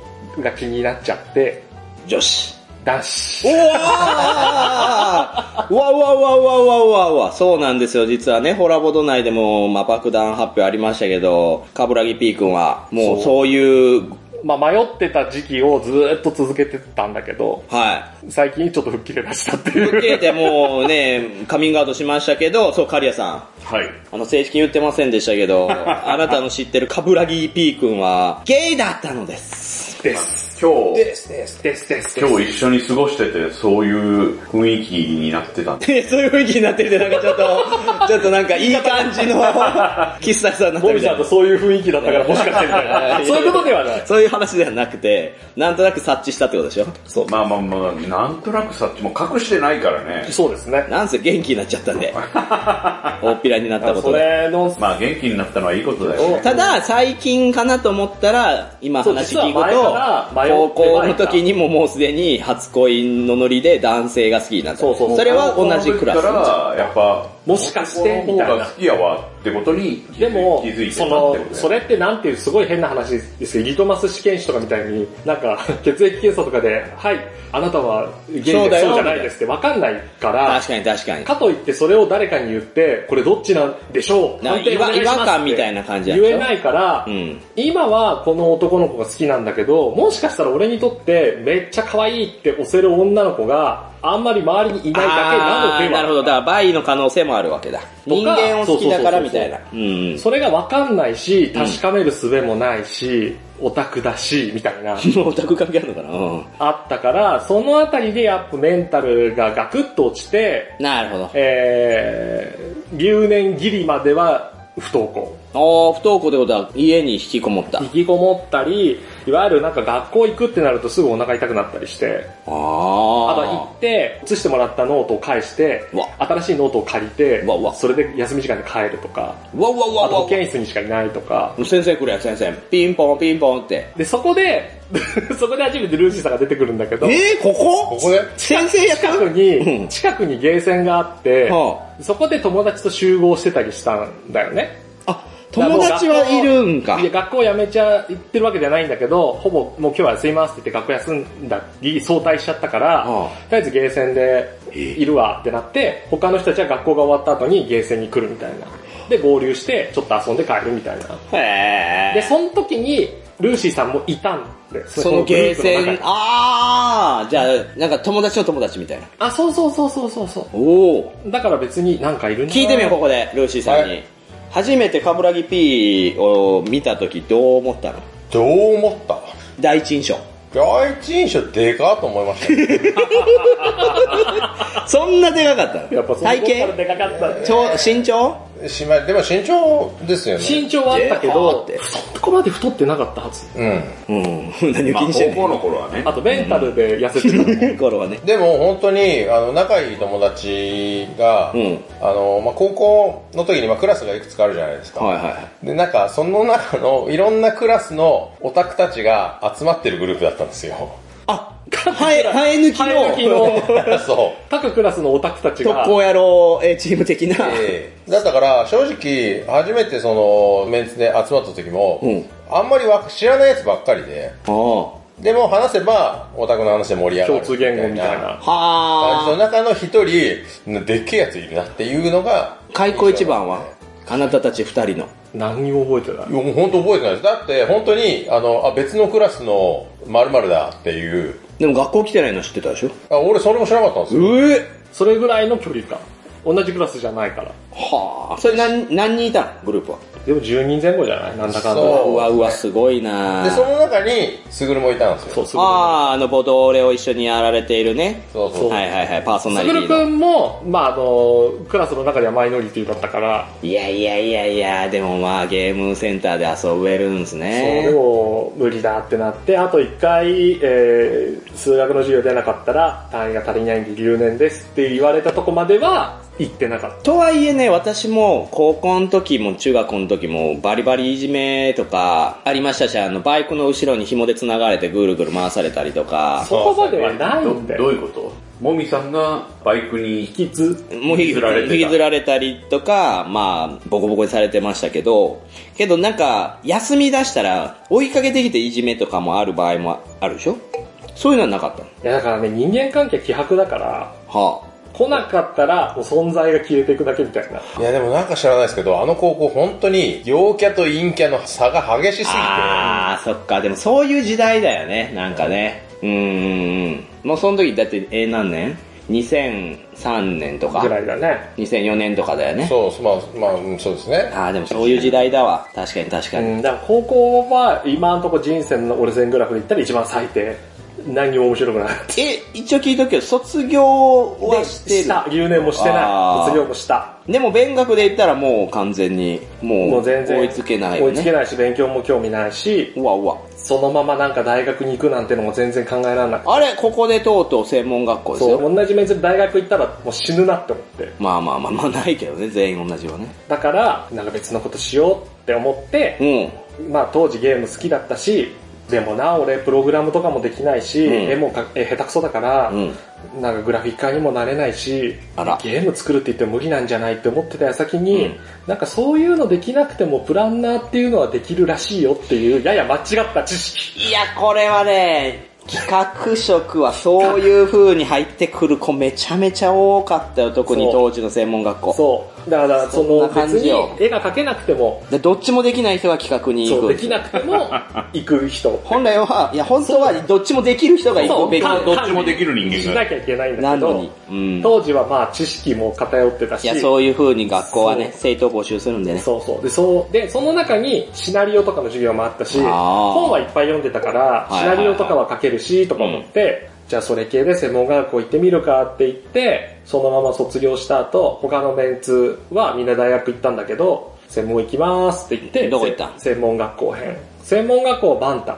が気になっちゃって、
女子。
男
お
子。
ーわわわわわわわそうなんですよ。実はね、ホラボド内でも、まあ、爆弾発表ありましたけど、カブラギ P 君は、もうそういう、
まあ迷ってた時期をずーっと続けてたんだけど、
はい。
最近ちょっと吹っ切れ出したっていう。
受けてもうね、 *laughs* カミングアウトしましたけど、そう、カリアさん。
はい。
あの、正式に言ってませんでしたけ *laughs* ど、あなたの知ってるカブラギ P 君は、ゲイだったのです。
です。
今日、
す、です、です、です。
今日一緒に過ごしてて、そういう雰囲気になってたんで。
で *laughs* そういう雰囲気になってるで、なんかちょっと、ちょっとなんかいい感じ *laughs* の、喫茶さんになって
ボ
る
ビ
みた
さ
い
んと。
な
そういう雰囲気だったからもしかしてみたいな。そういうことではない。
そういう話ではなくて、なんとなく察知したってことでしょそう。
まあまあまあ、なんとなくさっちも隠してないからね。
そうですね。
なんせ元気になっちゃったん
*laughs*
で。大っぴらになったこ
そ
とで。
れの、
まあ元気になったのはいいことだよね。
ただ、最近かなと思ったら、今
そう
話聞く
実は前から迷って
と、高校の時にももうすでに初恋のノリで男性が好きになった。
そうそう
れは同じクラ
だか
ス。
ら、やっぱ、
もしかしてみたいな
男の方が好きやわってことに気
で
づい
も
気づい、て
そ
たってこ
の
とだよ、ね
それってなんていうすごい変な話ですけど、リトマス試験紙とかみたいに、なんか、血液検査とかで、はい、あなたはゲイです、そ
そううだよ
じゃないですってわかんないから
確、かに確かに。
かといってそれを誰かに言って、これどっちなんでしょう
な
判
んか
定お願いします
違和感みたいな感じなんでし
言え
ょ
ないから、
うん。
今はこの男の子が好きなんだけど、もしかしたら俺にとってめっちゃ可愛いって押せる女の子があんまり周りにいないだけなの
あ
では
ーなるほど。だから、バイの可能性もあるわけだ。人間を好きだからみたいな
そ。
うんうん。
それがわかんないし、確かめる術もないし、オタクだし、みたいな、
もうオタク関係あるのかなうん。
あったから、そのあたりでやっぱメンタルがガクッと落ちて、
なるほど。
えー、留年ギリまでは不登校。
おー、不登校ってことは家に引きこもった。あ
引きこもったり、いわゆるなんか学校行くってなるとすぐお腹痛くなったりして、あと行
あ
って、写してもらったノートを返して
うわ、
新しいノートを借りて
うわうわ、
それで休み時間で帰るとか、
ー。わわわ
あ
わ
と
わ
保。健室にしかいないとか、
先生来るやん、先生。ピンポンピンポンって。
で、そこで、 *laughs* そこで初めてルーシーさんが出てくるんだけど、
えー、ここ
ここで
先生や
近
か
く
う
に、
ん
近くにゲーセンがあって、
は
そこで友達と集合してたりしたんだよね。
あ、友達はいるんか
い。や、学校辞めちゃ行ってるわけじゃないんだけど、ほぼもう今日は休みますって言って学校休んだり、早退しちゃったから、
は
とりあえずゲーセンでいるわってなって、他の人たちは学校が終わった後にゲーセンに来るみたいな。で、合流して、ちょっと遊んで帰るみたいな。
へ
で、その時に、ルーシーさんもいたんで、
ー。そ
グ
の
ル
ゲー
ープの中に
セン、あー、じゃあ、なんか友達の友達みたいな。
あ、そうそうそうそうそうそ
おー。
う。だから別になんかいるんだな
聞いてみよう、ここで、ルーシーさん
は
に。初めてカブラギ P を見たときどう思ったの
どう思った
第一印象。
第一印象でかと思いましたね。
そんなでかかった
やっぱ
の
その頃
体
から
型
でかかった。
ちょ身長 *laughs*
しまい、でも身長ですよね。
身長はあったけど、
で
そこまで太ってなかったはず。
うん。
うん。 *laughs* 何を
ま
気
あ、
にしてん
高
ね
校の頃はね
あ。と、メンタルで痩せてた。
*laughs* ん。頃はね。
でも本当に、あの、仲いい友達が、
うん
あの、まあ、高校の時に、まあ、クラスがいくつかあるじゃないですか。
はいは
で、なんか、その中の、いろんなクラスのオタクたちが集まってるグループだったんです
*laughs*
よ。
い。はえ、はえ抜き
生え抜きの
そう。
各クラスの *laughs* オタクたち
特
が、
攻野郎えーチーム的な。
ええだったから正直初めてそのメンツで集まった時も、
うん
あんまりわ知らないやつばっかりで
は
でも話せばオタクの話で盛り上がる
共通言語みたいな。
感じの
あ。
中の一人でっけえやついるなっていうのが
開口一番は、あなたたち二人の。
何にも覚えてない
い。やもう本当覚えてないですだって本当にあのあ別のクラスの〇〇だっていう
でも学校来てないの知ってたでしょ
あ俺それも知らなかったんですよ
うえ
それぐらいの距離感。同じクラスじゃないから。
はあ。それ何、何人いたのグループは。
でも10人前後じゃないなんだかんだ。
そう
うわうわ、すごいな
でその中にスグルもいたんです
そ
よ
う、すぐ。
ああ、あの、ボドーレを一緒にやられているね。
そうそう
そう
はいはいはい、パーソナ
す
リ
ぐる
ティの。
くんも、まああの、クラスの中ではマイノリティだったから、
いやいやいやいや、でもまあゲームセンターで遊べるんですね。
そうでも無理だってなってあと1回、えー数学の授業出なかったら単位が足りないんで留年ですって言われたとこまでは行ってなかった
とはいえね、私も高校の時も中学校の時もバリバリいじめとかありましたし、あのバイクの後ろに紐で繋がれてぐるぐる回されたりとか、
そこまではないんだ
どど
よ
ういうこともみさんがバイクに引き
引きず
もう引きずられてた引きずられたりとか、まあ、ボコボコにされてましたけど、けどなんか、休み出したら、追いかけてきていじめとかもある場合もあるでしょそういうのはなかったの
いやだからね人間関係希薄だから
は
来なかったらもう存在が消えていくだけみたいない
やでもなんか知らないですけどあの高校本当に陽キャと陰キャの差が激しすぎて
あ。あー、そっか。でもそういう時代だよね。なんかね。うーん。もうその時、だって、えー、何年 ?2003 年とか
ぐ。らいだね
2004年とかだよね。
そう、まあ、まあうん、そうですね。
ああ、でもそういう時代だわ。確かに確か
う
に。
んだから高校は今のところ人生の折れ線グラフで言ったら一番最低何にも面白くない
え、一応聞いとくけど、卒業はして
し
る
た留年もして
あ
な
ー
い卒業もした
でも、勉学で言ったらもう完全に、も
も
う、
う全然
追いつけないよ
追いつけ
ね。
ないし勉強も興味ないし
うわうわ。
そのままなんか大学に行くなんてのも全然考えられなくて
あれ、ここでとうとう専門学校です
そ
よ。
う同じ面接で大学行ったらもう死ぬなって思って
まあまあまあまあ、ないけどね。全員同じよね。
だからなんか別のことしようって思って、
う
まあ当時ゲーム好きだったしでもな俺プログラムとかもできないし、
うん
絵もかえ下手くそだから、
ん。うん。
なんかグラフィッカーにもなれないし
あら。
ゲーム作るって言っても無理なんじゃないって思ってた矢先に、
うん
なんかそういうのできなくてもプランナーっていうのはできるらしいよっていうやや間違った知識
いや、これはね、企画職はそういう風に入ってくる子めちゃめちゃ多かったよ、特に
そう
当時の専門学校。
そう。だから、そ
そん
の
な感
別
じ
に
よ
絵が描けなくても、
でどっちもできない人が企画に行く。
そう、できなくて
*laughs*
も行く人。
本来は、いや、本当はどっちもできる人が行
そ
く
う
べき
か
どっちもできる人
し
間
な
が。
きゃいけないんだ
な
けど、
のに。うん。
当時はまあ知識も偏ってたし、
いや、そういう風に学校はね、
そ
生徒を募集するんでね。
そうそう。で、そう、で、その中にシナリオとかの授業もあったし、
あー
本はいっぱい読んでたから、
いはい
シ
はい
ナリオとかは書けるし、とか思って、じゃあそれ系で専門学校行ってみるかって言って、そのまま卒業した後、他のメンツはみんな大学行ったんだけど、専門行きますって言って、
どこ行った
せ専門学校編。専門学校バンタ。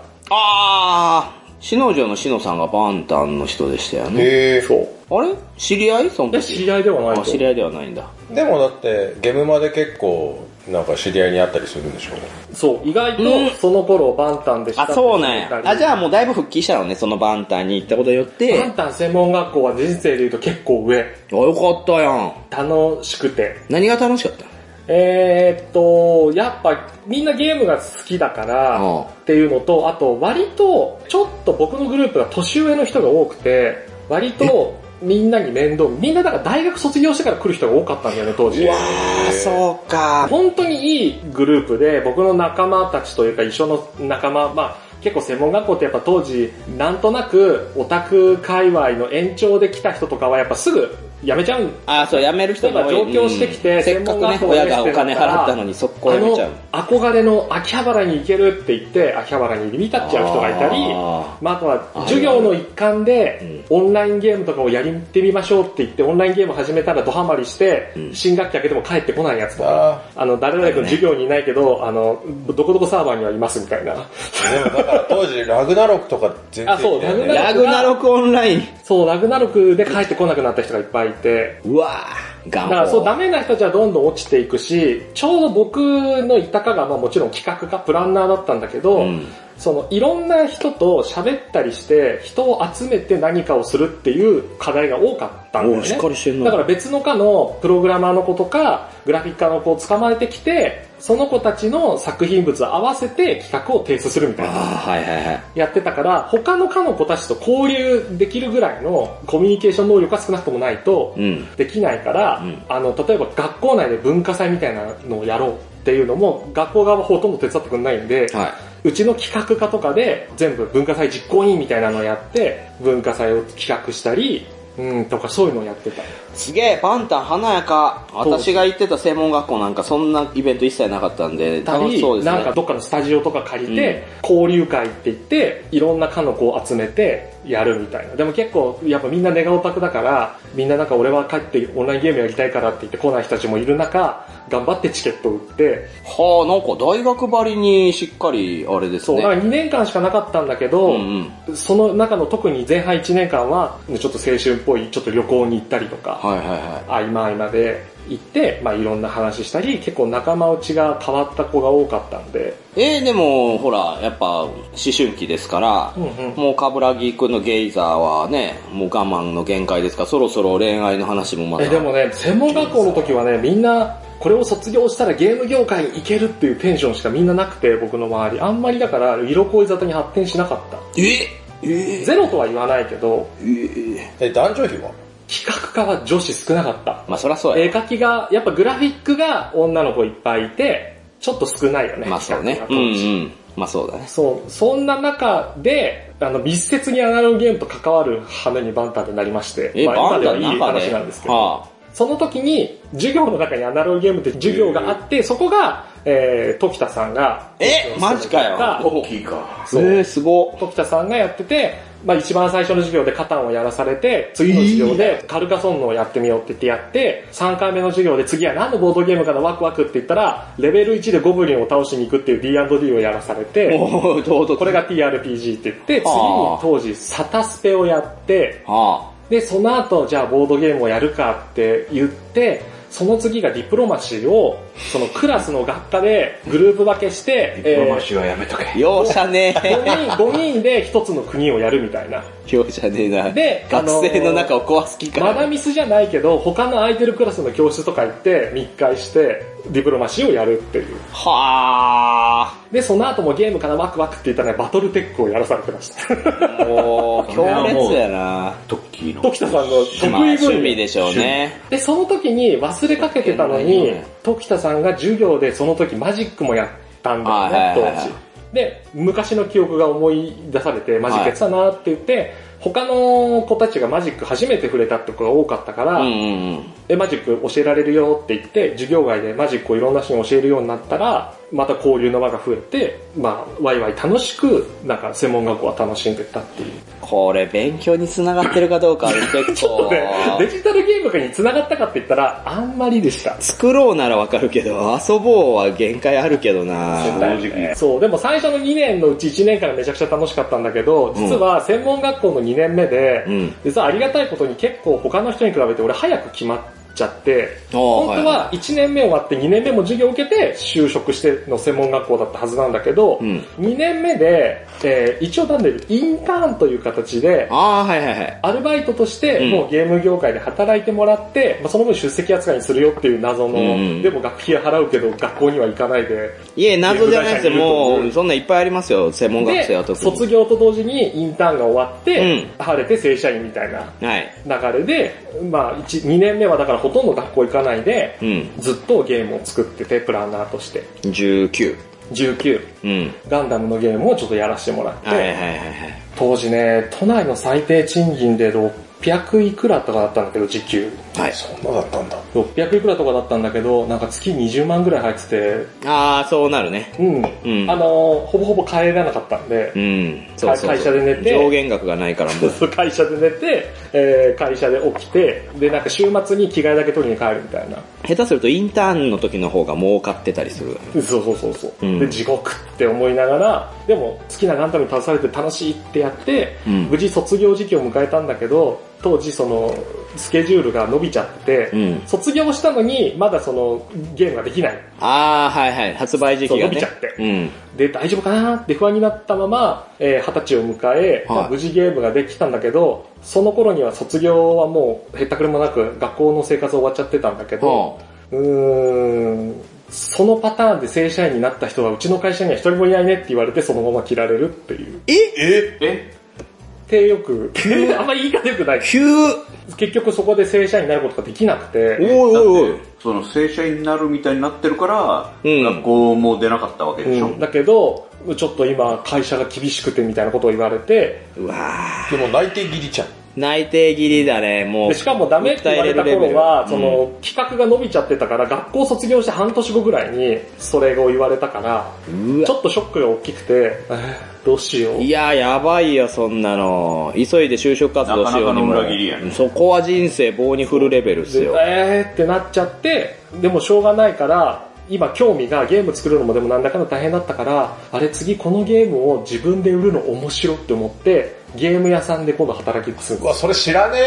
あー、篠城の篠さんがバンタンの人でしたよね。
へえ
そう。
あれ知り合いその
いや、
時。
知り合いではない
あ
と
知り
思
合いではないんだ。
でもだって、ゲムまで結構、なんか知り合いに会ったりするんでしょ
う。そう、意外
うん
とその頃バンタンでした
あ、そうなんや。あ、じゃあもうだいぶ復帰したのね、そのバンタンに行ったことによって。
バンタン専門学校は人生で言うと結構上。
あ、よかったやん。
楽しくて。
何が楽しかった
えー、っと、やっぱみんなゲームが好きだから
うん
っていうのと、あと割とちょっと僕のグループが年上の人が多くて、割とみんなに面倒、みんなだから大学卒業してから来る人が多かったんだよね、当時。
ああ、そうか。
本当にいいグループで、僕の仲間たちというか一緒の仲間、まあ結構専門学校ってやっぱ当時、なんとなくオタク界隈の延長で来た人とかはやっぱすぐ辞めちゃう。
ああ、そう、辞める人も多い
例えば上京してきて
うんせっかく
専、
ね
門学校
親が
を
お
出して
金
るから
払ったのに速
あ
攻辞め
の
ちゃう。、
憧れの秋葉原に行けるって言って、秋葉原に入り浸っちゃう人がいたり、
あ
まあ、あとは授業の一環で、オンラインゲームとかをやりてみましょうって言って、オンラインゲーム始めたらドハマりして、
ん
新学期明けても帰ってこないやつとか、
あ
あの、誰々君授業にいないけど、あの、どこどこサーバーにはいますみたいな。
ーでもだから当時、 *laughs* ラグナロクとか全然、ね。
あそうラグナ
ーラグナロクオンライン。
そう、ラグナロクで帰ってこなくなった人がいっぱいいて、
うわぁ、ガ
だ
ン
からそう、ダメな人たちはどんどん落ちていくし、ちょうど僕のいたかが、まあもちろん企画家、プランナーだったんだけど、
うん
そのいろんな人と喋ったりして、人を集めて何かをするっていう課題が多かったんだよ
おしっか
ね。
りしてんの。
だから別の科のプログラマーの子とか、グラフィッカーの子を捕まえてきて、その子たちの作品物を合わせて企画を提出するみたいな。
ああ、はいはいはい。
やってたから、他の科の子たちと交流できるぐらいのコミュニケーション能力が少なくともないと
うん。
できないから、
うん
あの、例えば学校内で文化祭みたいなのをやろうっていうのも、学校側はほとんど手伝ってくれないんで、
は
うちの企画課とかで全部文化祭実行委員みたいなのをやって、文化祭を企画したり、うん、とかそういうのをやってた。
い。すげえ、パンタン華やか。
そう
私が行ってた専門学校なんかそんなイベント一切なかったんで、
た
楽し
り、
そうですね。
なんかどっかのスタジオとか借りて、交流会って言って、いろんな科の子を集めてやるみたいな。でも結構、やっぱみんなネガオタクだから、みんななんか俺は帰ってオンラインゲームやりたいからって言って来ない人たちもいる中、頑張ってチケット売って、
はあ、なんか大学ばりにしっかりあれです
そう、
ね。
だから2年間しかなかったんだけど、
うんうん。
その中の特に前半1年間は、ちょっと青春っぽい、ちょっと旅行に行ったりとか、
はいはいは
合間合間で行って、まあいろんな話したり、結構仲間内が変わった子が多かったんで、
い。えー、でも、ほら、やっぱ、思春期ですから、
うんうん
もう、カブラギ君のゲイザーはね、もう我慢の限界ですから、そろそろ恋愛の話もまた。
えでもね専門学校の時はねみんなこれを卒業したらゲーム業界に行けるっていうテンションしかみんななくて僕の周りあんまりだから色恋沙汰に発展しなかった
え、え
ゼロとは言わないけど
ええ
え、男女比は
企画家は女子少なかった
まあ、そりゃそうや。
絵描きがやっぱグラフィックが女の子いっぱいいてちょっと少ないよね
まあ、そうね。うん
企画が
う
当時
ん。まあ、そうだね。
そうそんな中であの密接にアナログゲームと関わる羽目にバンタンとなりまして
え、
まあ
バ
今
ン
で
ダ
は
の
いい
中で。
話なんですけど、
は
その時に、授業の中にアナログゲームって授業があって、そこが、えー、時田さんが、
あ、え、マジかよ。
大きいか。
そう
えー、すご。
時田さんがやってて、まあ一番最初の授業でカタンをやらされて、次の授業でカルカソンヌをやってみようって言ってやって、3回目の授業で次は何のボードゲームかなワクワクって言ったら、レベル1でゴブリンを倒しに行くっていう D&D をやらされて、
おー、どうぞ。
これが TRPG って言って、次に
あー
当時サタスペをやって、
は
で、その後、じゃあボードゲームをやるかって言って、その次がディプロマシーを、そのクラスの学科でグループ分けして、
ディプロマシーはやめとけ。
あ。容赦ね
え *laughs*
え。
ー 5, 人5人で1つの国をやるみたいな。
容赦ねえな。
で
学生の中を壊す気か
マダ
ら。
ミスじゃないけど、他の空いてるクラスの教室とか行って、密会して、ディプロマシーをやるっていう。
はあ。
で、その後もゲームからワクワクって言ったら、バトルテックをやらされてま
*laughs*
した。 *laughs*
もう、強烈やな。
トッキーの。
時田さんの得
まあ、
意
趣
分野
味。でしょうね。
で、その時に忘れかけてたの
い
に
やいや、
時田さんが授業でその時マジックもやったんだよ
は
ね
い、はいはいはい
当時。で、昔の記憶が思い出されて、マジックやってたなって言って、他の子たちがマジック初めて触れたって子が多かったから、
うんうんうん。
え、マジック教えられるよって言って、授業外でマジックをいろんな人に教えるようになったら、また交流の輪が増えて、まあ、ワイワイ楽しく、なんか専門学校は楽しんでったっていう。
これ勉強につながってるかどうかあれ
*laughs*
結構。
でデジタルゲームに繋がったかって言ったら、あんまりでした。
作ろうならわかるけど、遊ぼうは限界あるけどな
正直。
そう、でも最初の2年のうち1年間がめちゃくちゃ楽しかったんだけど、実は専門学校の2年目で、
うん
実はありがたいことに結構他の人に比べて俺早く決まっちゃって、
あー
本当は1年目終わって2年目も授業を受けて就職しての専門学校だったはずなんだけど、
うん
2年目で、えー一応なんでインターンという形で、
ああ、はいはいはい。
アルバイトとして、
うん
もうゲーム業界で働いてもらって、まあ、その分出席扱いにするよっていう謎の、
うんうん
でも学費は払うけど学校には行かないで、
いえ、謎じゃないですよ。
ゲーム会社にいると
もう、そんなんいっぱいありますよ。専門学生は
で、
特
卒
に。
業と同時にインターンが終わって、
う
晴れて正社員みたいな
はい。
流れで、まあ、1、2年目はだからほとんど学校行かないで、
うん。
ずっとゲームを作ってて、プランナーとして。
19。
19、
うん。
ガンダムのゲームをちょっとやらせてもらって、
はいはいはいはい。
当時ね、都内の最低賃金で600いくらとかだったんだけど、時給。
はい。
そんなだったんだ。
600いくらとかだったんだけど、なんか月20万ぐらい入ってて、
ああ、そうなるね。
うん。
うん
あのーほぼほぼ帰らなかったんで
う、ん。そうそうそう
会会社で寝て
上限額がないから
*laughs*
もう。
会社で寝て、えー会社で起きて、で、なんか週末に着替えだけ取りに帰るみたいな。
下手するとインターンの時の方が儲かってたりする。
*laughs* そうそうそうそう、
うん
で、地獄って思いながら、でも好きなガンダムに携われて楽しいってやって、
うん
無事卒業時期を迎えたんだけど、当時その、スケジュールが伸びちゃってて、
うん
卒業したのに、まだその、ゲームができない。
ああ、はいはい。発売時期がね。
そう伸びちゃって
うん。
で、大丈夫かなって不安になったまま、えー二十歳を迎え、
はい
無事ゲームができたんだけど、その頃には卒業はもう、へったくれもなく、学校の生活終わっちゃってたんだけど、
はあ
うーん、そのパターンで正社員になった人は、うちの会社には一人もいないねって言われて、そのまま切られるっていう。
ええ
手よく、 *laughs* あんまり言い方よくない。
急お
結局そこで正社員になることができなく
い
て、
おいお
だ
い
って。その正社員になるみたいになってるから、
うん
学校も出なかったわけでしょ、
うんだけど、ちょっと今会社が厳しくてみたいなことを言われて、
うわ
でも内定ギリちゃん。
ー内定切りだね、もう
で。しかもダメって言われた頃は、
訴
そ
えれるレベル
の、企画が伸びちゃってたから、学校卒業して半年後ぐらいに、それを言われたから、
うわ
ちょっとショックが大きくて、えーどうしよう。
いや、やばいよ、そんなの。急いで就職活動しようにも
なかなかの裏切りやね
そこは人生棒に振るレベルっす
で
よ。
えーってなっちゃって、でもしょうがないから、今興味がゲーム作るのもでもなんだかんだ大変だったから、あれ次このゲームを自分で売るの面白って思って、ゲーム屋さんで今度働きするん
う
で
わ、
す。
それ知らね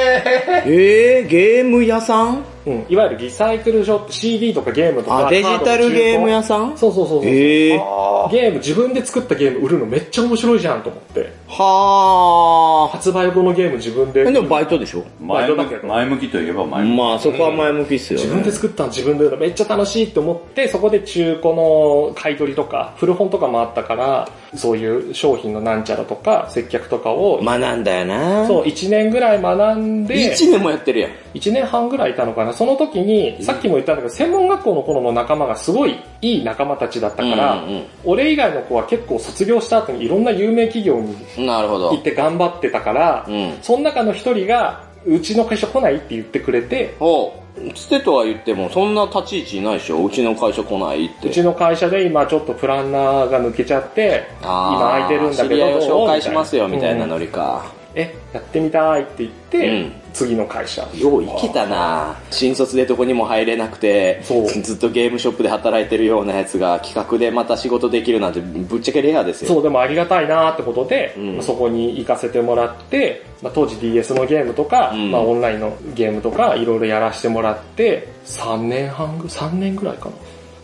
えー、ゲーム屋さん
うん、いわゆるリサイクルショップ、CD とかゲームとか。
あ、デジタルゲーム屋
さ
さん
そうそうそうそう。
え
え。
ー、
あ
ゲーム、自分で作ったゲーム売るのめっちゃ面白いじゃんと思って。
はー。
発売後のゲーム自分で。
でもバイトでしょ
前
まあ
向
だけ
き
ど
前向きといえば前向き。
まあ、そこは前向きっすよ、ね
自分で作ったの自分で売るのめっちゃ楽しいって思って、そこで中古の買い取りとか、古本とかもあったから、そういう商品のなんちゃらとか、接客とかを、
学んだよな
そう、1年ぐらい学んで、
1年もやってるやん。
1年半ぐらいいたのかな。その時に、さっきも言ったんだけど、専門学校の頃の仲間がすごいいい仲間たちだったから、
うんうん
俺以外の子は結構卒業した後にいろんな有名企業に
うんなるほ
行っ
ど。
て頑張ってたから、
うん。
その中の一人が、うちの会社来ないって言ってくれて、
おうつてとは言っても、そんな立ち位置いないでしょうちの会社来ないっ
う
て。
ちの会社で今ちょっとプランナーが抜けちゃって、今
あー
空いてるんだけど
知り合いを
どう
紹介しますよ、みたいな
うん
ノリか。
え、やってみたいって言って、
うん
次の会社。
よう生きたな新卒でどこにも入れなくて
そう、
ずっとゲームショップで働いてるようなやつが企画でまた仕事できるなんてぶっちゃけレアですよ。
そう、でもありがたいなーってことで、
うん
まあそこに行かせてもらって、まあ、当時 DS のゲームとか、
うん
まあ、オンラインのゲームとか、いろいろやらせてもらって、3年半ぐ、3年ぐらいかな。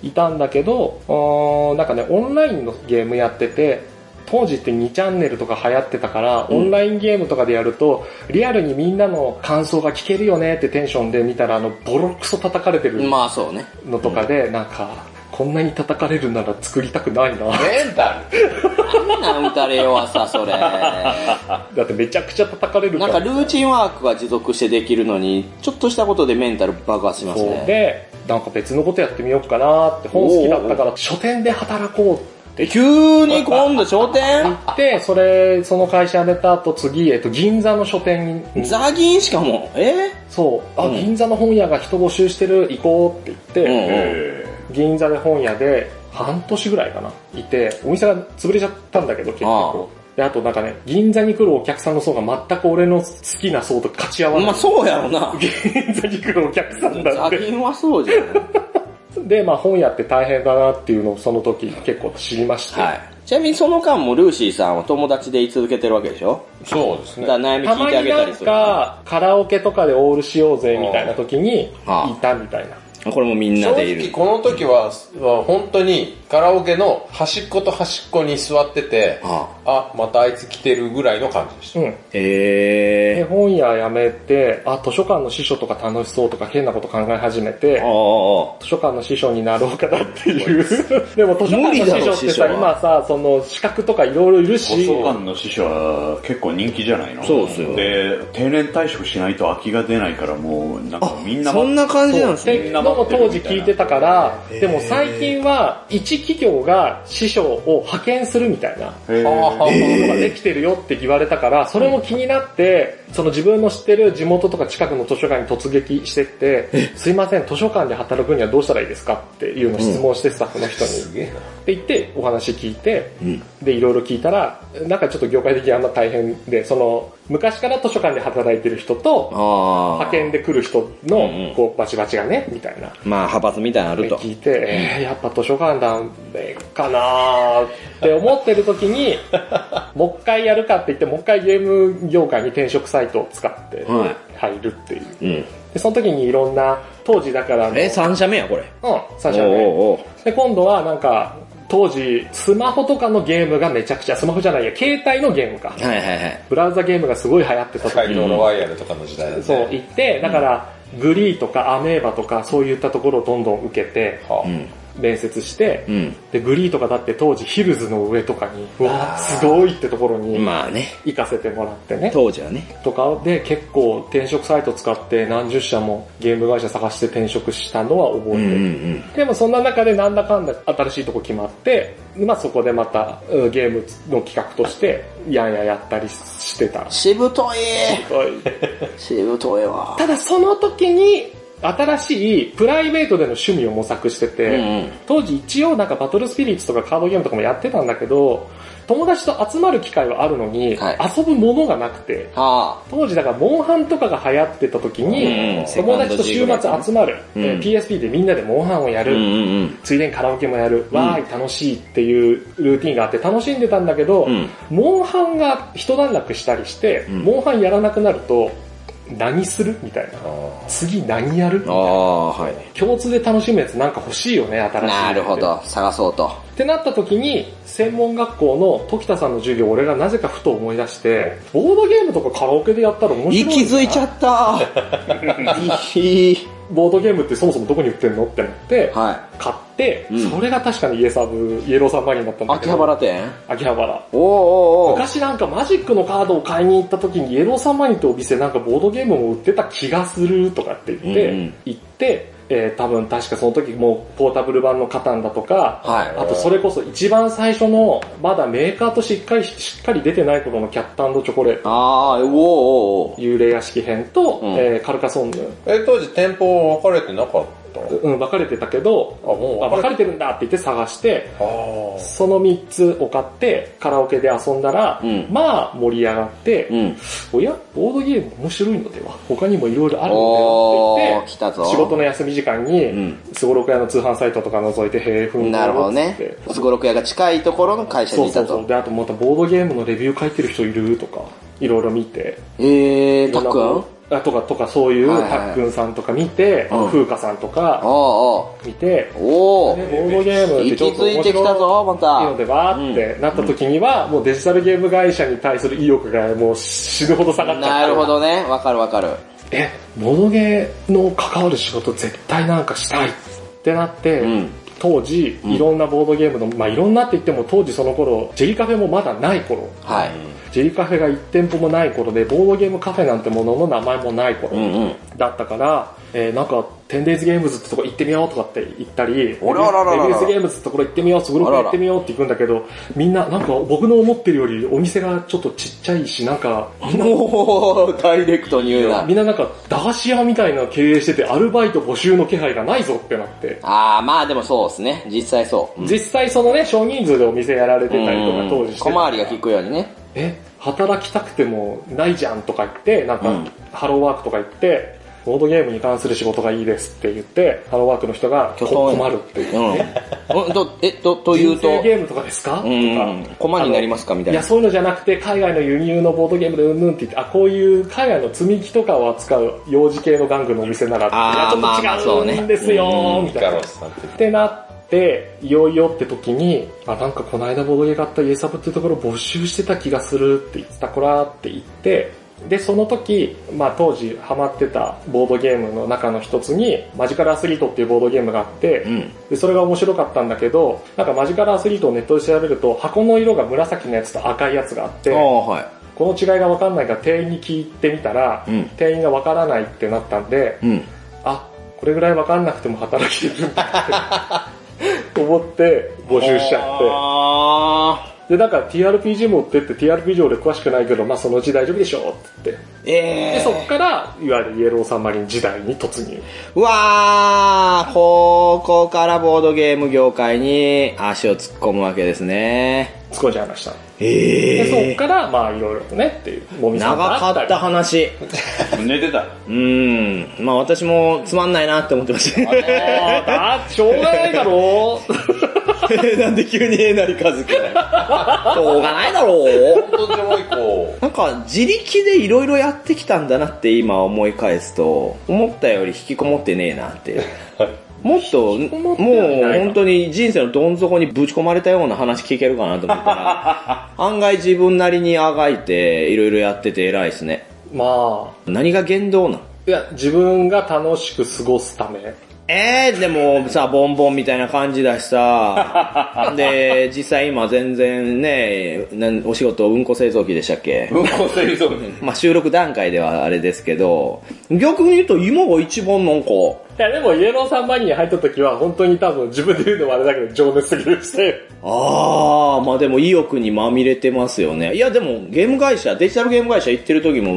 いたんだけど、うーんなんかね、オンラインのゲームやってて、当時って2チャンネルとか流行ってたから、
うん
オンラインゲームとかでやると、リアルにみんなの感想が聞けるよねってテンションで見たら、あの、ボロクソ叩かれてる
まあそうね。
のとかで、なんか、こんなに叩かれるなら作りたくないな
あ。メンタル。
なんなん打たれ弱さ、
*laughs*
それ。な
だってめちゃくちゃ叩かれる
んかルーチンワークが持続してできるのに、ちょっとしたことでメンタル爆発します
そう
ね。
で、なんか別のことやってみようかなって、本好きだったから書店で働こうって
え、急に今度商店
言って、それ、その会社辞めた後次、えっと、銀座の書店に、
ザギンしかも。え
そう、あ、
うん
銀座の本屋が人募集してる、行こうって言って、
え
銀座で本屋で半年ぐらいかな、いて、お店が潰れちゃったんだけど、結
あ
局。で、あとなんかね、銀座に来るお客さんの層が全く俺の好きな層と勝ち合わない。
まあそうやろな。
*laughs* 銀座に来るお客さんだっ
ザ
て。
ギンはそうじゃん。
で、まあ本屋って大変だなっていうのをその時結構知りまして、
はい。ちなみにその間もルーシーさんは友達で言い続けてるわけでしょ
そうです
だから
ね。
悩み
た
聞い
ま
てあ
に
げた
な
り
ん
するか
かカラオケとかでオールしようぜみたいな時にい
ああ
たみたいな。
ら。これもみんな
正
でい
直
る。
この時は、は本当にカラオケの端っこと端っこに座ってて、
ああ
あ、またあいつ来てるぐらいの感じでし
うん。
へ
で、
え。
本屋辞めて、あ、図書館の司書とか楽しそうとか変なこと考え始めて
あ、あ、
図書館の司書になろうかなっていう。 *laughs* でも図書
無
館
理
の
だ
司
ろ
書って
司書
さ、
は
今さ、その資格とかいろいろいるし、
図書館の師匠は結構人気じゃないの
そうっすよ
で、定年退職しないと空きが出ないからもう、なんかみんな、
そんな感じなんです
そう
ね。
でなんかのも当時聞いてたから、でも最近は一企業が師匠を派遣するみたいな。
へー
あー
ものができてるよって言われたから、それも気になって、その自分の知ってる地元とか近くの図書館に突撃してって、すいません、図書館で働くにはどうしたらいいですかっていうのを質問してスタッフの人に。
すげえな。
って言ってお話聞いて、で、いろいろ聞いたら、なんかちょっと業界的にあんま大変で、その、昔から図書館で働いてる人と、
あ
派遣で来る人
うんう
の
ん、
こう、バチバチがね、みたいな。
あ。まあ、派閥みたいなのあると。
聞いて、えーやっぱ図書館なんでかなーって思ってる時
*laughs*
に、もう一回やるかって言って、もう一回ゲーム業界に転職サイトを使って
は
入るっていう。
い。うん。
で、その時にいろんな、当時だからあの、
え、三社目や、これ。
うん、最初はね
おうおうおう
で、今度はなんか、当時、スマホとかのゲームがめちゃくちゃ、スマホじゃないや、携帯のゲームか。
はいはいはい。
ブラウザゲームがすごい流行ってた時
街道のワイヤルとかの時代だね。
そう、行って、だから、グリーとかアメーバとかそういったところをどんどん受けて、
はあ
うん。
面接して
う、ん。
で、グリーとかだって当時ヒルズの上とかに、うわすごいってところに
まあね、
行かせてもらってね。
当時はね。
とかで結構転職サイト使って何十社もゲーム会社探して転職したのは覚えて
うんうん
る。
うん。
でもそんな中でなんだかんだ新しいとこ決まって、まあそこでまたうんゲームの企画としてやんややったりしてた。
しぶといしぶといわ。
ただその時に新しいプライベートでの趣味を模索して
う
て、
んうん。
当時一応なんかバトルスピリッツとかカードゲームとかもやってたんだけど、友達と集まる機会はあるのに、
はい
遊ぶものがなくて、
は
当時だからモンハンとかが流行ってた時
うん
に、友達と週末集まる、
うん
えー PSP でみんなでモンハンをや
あ。う
る、
んうん
ついでにカラオケもやる、わーい楽しいっていうルーティンがあって楽しんでたんだけど、
うん。うん。
モンハンが一段落したりして、
うん
モンハンやらなくなると、何するみたいな。次何やる
ああ、はい。
共通で楽しむやつなんか欲しいよね、新しい。
なるほ。ど、探そうと。
ってなった時に、専門学校の時田さんの授業を俺がなぜかふと思い出して、ボードゲームとかカラオケでやったら面白い
息
な。
づいちゃった。いい。
ボードゲームってそもそもどこに売ってんのってなって、
はい。
買って、
うん
それが確かにイエサブ、イエローサンマリンだったんだけ
秋
ど。
葉。原店
秋葉原。
おおうおうおう。
昔なんかマジックのカードを買いに行った時にイエローサンマリンってお店なんかボードゲームも売ってた気がするとかって言って、
うんうん
行って、えー多分確かその時もうポータブル版のカタンだとか、
は
あとそれこそ一番最初のまだメーカーとしっかりしっかり出てない頃のキャットチョコレー
い。
ト、
ああ、おうおうおう。
幽霊屋敷編と、
うん
えーカルカソンヌ、
え、当時店舗分かれてなかったあ、
うん、分かれてたけど、
もう
あ、分
分か
かれ
れて
てるんだって言って探して、
あー
その3つを買って、カラオケで遊んだら、
うん
まあ盛り上がって、
うん。
おや、ボードゲーム面白いのでは他にもいろいろあるの
お
ではっ
ー、
て
来た
言
ぞ。
って、仕事の休み時間
う
に、
ん。
すごろく屋の通販サイトとか覗いて、へえ、ふん
なるほど
ふんふん
ね
っ。
すごろく屋が近いところの会
て
社
そ
に
う
い
そ
た
うそう。
と。
で、あとまたボードゲームのレビュー書いてる人いるとか、いろいろ見て。
えー、たっくん
いろんなこうあとか、とかそういう、
はいはい
たっくんさんとか見て、
うん
風花さんとか
おう
見て、
おう。お
で
ー。
ボードゲームってちょ
息
っと
づい
面
てきた
白い。
ぞ、ま
いいの
た
で。わーってなった時には、もうデジタルゲーム会社に対する意欲がもう死ぬほど下がっちゃった。
なるほどね。わかるわかる。
え、ボドゲの関わる仕事絶対なんかしたいってなって、
うん。
当時、
ん
いろんなボードゲームの、まあいろんなって言っても当時その頃、ジェリカフェもまだない頃、
はい。
ジェリカフェが1店舗もない頃で、ボードゲームカフェなんてものの名前もない頃
うんうん。
だったから、えーなんか、テンデイズゲームズってとこ行ってみようとかって言ったり、
あらららら
レビュースゲームズってところ行ってみよう、すごろく行ってみようって行くんだけど、みんな、なんか僕の思ってるよりお店がちょっとちっちゃいし、なんか、
おー、ダイレクトに言うな。
みんななんか、駄菓子屋みたいな経営してて、アルバイト募集の気配がないぞってなって。
あー、まあでもそうですね。実際そう。
実際そのね、少人数でお店やられてたりと
う
か
ん
当時して
小
た
回りが効くようにね。
え、働きたくてもないじゃんとか言って、なん
う
か
ん、
ハローワークとか言って、ボードゲームに関する仕事がいいですって言って、ハローワークの人が
巨頭
こ
園
困るって *laughs* いう。
うん。うんと、え、と、という
人
と、
生ゲームとかですかと
うん、
か。
駒になりますかみたい
い
な
や、。そういうのじゃなくて、海外の輸入のボードゲームでうんぬんって言って、あ、こういう海外の積み木とかを扱う幼児系の玩具のお店なら、
あー
いや
まあまあ
ちょ
そ
っ
う
と
ね
違うんですよ
うん
ー、みたい
ガ
な。
ロスさんって。
ってなって、いよいよって時に、あ、なんかこの間ボードゲー買ったイエサブっていうところ募集してた気がするって言ってたこらーって言って、で、その時、まあ当時ハマってたボードゲームの中の一つに、マジカルアスリートっていうボードゲームがあって、
うん。
で、それが面白かったんだけど、なんかマジカルアスリートをネットで調べると、箱の色が紫のやつと赤いやつがあって、
あ
こ
あ、はい。
の違いがわかんないから店員に聞いてみたら、
うん。
店員がわからないってなったんで、
うん。
あ、これぐらい分かんなくても働けるんだって思って募集しちゃっ
あ
てでなんか TRPG 持ってって TRPG 俺詳しくないけど、まあ、そのうち大丈夫でしょうって言って
ー。え
で
ー。
そっからいわゆるイエローサンマリン時代に突入
うわー、ここからボードゲーム業界に足を突っ込むわけですね。
突っ込んじゃいましたでそっ
えー。
からまあいろいろとねっていうもみさ
長
んと会
かった
り
話。
寝てた。
うん。まあ私もつまんないなって思ってました。
あーだってしょうがないだろ *laughs* う
*laughs* なんで急にえなりかずきだ *laughs* よ。しょうがないだろう。
本当でもう一個、
なんか自力でいろいろやってきたんだなって今思い返すと、思ったより引きこもってねえなっていう。もっと、もう本当に人生のどん底にぶち込まれたような話聞けるかなと思った *laughs* ら、案外自分なりにあがいていろいろやってて偉いですね。
まあ
何が言動なの
いや自分が楽しく過ごすため
えー、でもさ、ボンボンみたいな感じだし
*laughs*
さ、で、実際今全然ね、なんお仕事うんこ製造機でしたっけ
文庫製造機。
まあ収録段階ではあれですけど、逆に言うと今が一番なんか、
いやでもイエローサンマリンに入った時は本当に多分自分で言うのもあれだけど情熱的でして
あー、まあでも意欲にまみれてますよね。いやでもゲーム会社、デジタルゲーム会社行ってる時も、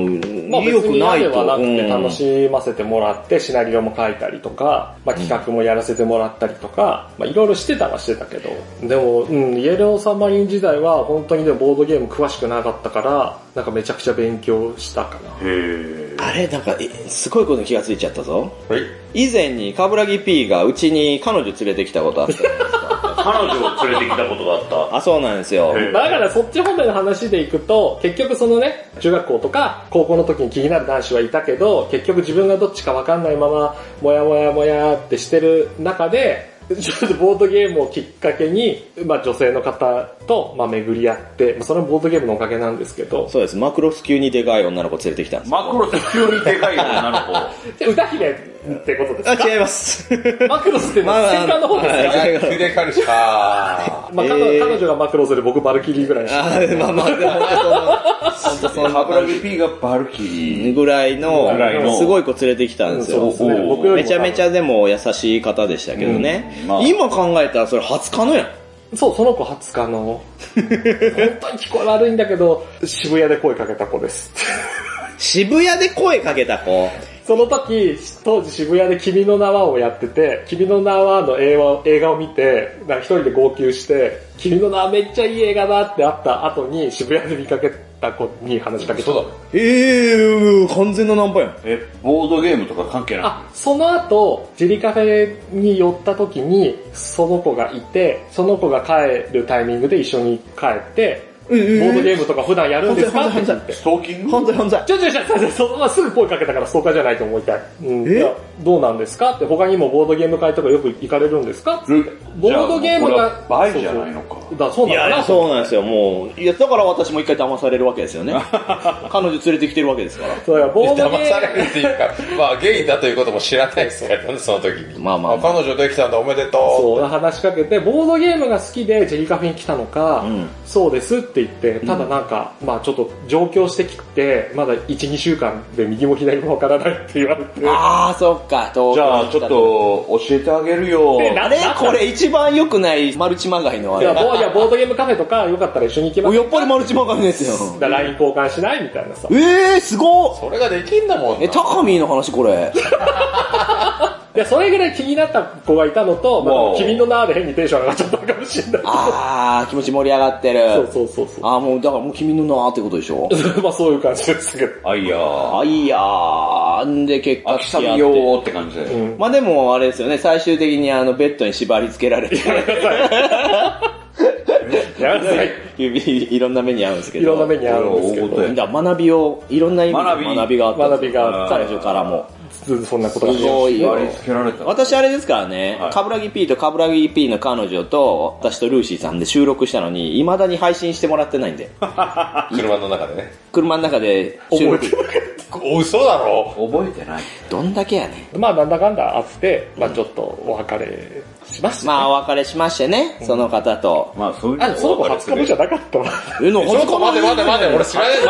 まあ
意
別
欲
に
な
嫌
い
で
と。
はなくて楽
うん
しませてもらってシナリオも書いたりとか、まあ、企画もやらせてもらったりとか、まあ、いろいろしてたはしてたけどでも、うん、イエローサンマリン時代は本当にでもボードゲーム詳しくなかったからなんかめちゃくちゃ勉強したかな
へー。
あれ、なんか、えすごいことに気がついちゃったぞ。
はい
以前に、カブラギ P がうちに彼女連れてきたこと
*laughs*
あった。
彼女を連れてきたことがあっ
あ、そうなんですよ。
え
だからそっち方面の話でいくと結局そのね中学校とか高校の時に気になる男子はいたけど結局自分がどっちか分かんないままモヤモヤモヤってしてる中でちょっとボードゲームをきっかけに、まあ、女性の方と、まあ、巡り合って、まあ、それはボードゲームのおかげなんですけど
そうです。マクロス級にでかい女の子連れてきたんで
た。
すよ。
マクロス急にでかい女 *laughs* の子。
じゃあ歌姫ってことです
あ、
か
違います。
マクロスっていうのは戦艦の方です
まあ
か、
はい
あー。急でかるしか。
まあ、彼
えー
女彼女がマクロスで僕バルキリーぐらいなんで
*laughs* あまあまあ、でも本当その、
カ
本
ブラギ P がバルキリー。
ぐらいの
ぐらい、の
すごい子連れてきたんです
そう
よ
で。すね
おー
僕より
め
も
ちゃめちゃでも優しい方でしたけどね。
うんまあ
今考えたらそれ初可能やん。
そう、その子初日の、本当に聞こえ悪いんだけど、渋谷で声かけた子です。
渋谷で声かけた子。
その時、当時渋谷で君の名はをやってて、君の名はの映画を映画を見て、なんか一人で号泣して、君の名はめっちゃいい映画だってあった後に渋谷で見かけた子に話しかけた。
そう
ええ完全なナンパやん。
え、ボードゲームとか関係な
あ、その後、ジリカフェに寄った時に、その子がいて、その子が帰るタイミングで一緒に帰って、
ええ
ボードゲームとか普段やるんですかって聞いて
い。。ストーキング
犯罪犯罪。
ちょちょちょ、ちょそまあ、すぐ声かけたからストーカーじゃないと思いたい。うん、
え
いやどうなんですかって、他にもボードゲーム会とかよく行かれるんですか
え
ボードゲーム
じゃあ
が
これは倍じゃないのか。
だそう
い
なのか
や、
な
そうなんですよ、もう。いや、だから私も一回騙されるわけですよね。彼女連れてきてるわけですから。
そうだボードゲ
騙さ
ーム。
れるっていうか、まあゲイだということも知らないですからね、その時に。
まあまあま
彼女できたんだ、おめでと
そう、話しかけて、ボードゲームが好きでジェリカフェに来たのか、
うん
そうですって言って、ただなんか、まあちょっと上京してきて、まだ1、2週間で右も左もわからないって言われて、
ああ、そっか、東京
じゃあ、ちょっ。と、教えてあげるよ。
でな
あれこれ一番良くないマルチマガイのあ
い
れ
や。ボいやボードゲームカフェとかよかったら一緒に行きま
お
す
やっぱりマルチマガイですよ。
だから LINE 交換しないみたいなさ。
ええー、すご
う。
っ
それができんだもんな。
え、タカミーの話これ。
で、それぐらい気になった子がいたのと、ま
も
あ、
う
君の名で変にテンション上がっちゃったのかもしれない。
あー、気持ち盛り上がって
そう
る。
そうそうそ
あー、もうだからもう君のなーってことでしょ。
う。まあ、そういう感じでしたけど。
あいやー。
あいやー、んで結果
飽きさび
付き合って
よーって感じ
う
で。
ん。
まあでもあれですよね、最終的にあのベッドに縛り付けられて、
やめなさい。
指いろんな目に遭うんですけ
い
ど。
ろんな目に遭うんですけ
大事だよ
ど。
だから学びを、いろんな意味で学びがあった。
学びがあった
彼女からも。
ずそんなことがあ
す
りまし
ごいよ
割。り付けられた。
私あれですからね、
はい
カブラギ P とカブラギ P の彼女と、私とルーシーさんで収録したのに、未だに配信してもらってないんで。
車の中でね。
車の中で収録。
お嘘だろ
覚えてない。
どんだけやね
まあ、なんだかんだあって、まあ、ちょっとお別れしました。
ん。まあ、お別れしましてね、その方と。
まあ、そういう
あ、でもその子
お別れ
初日目じゃなかったわ。
え、の
ちょっと待て待て待て、俺知らねえ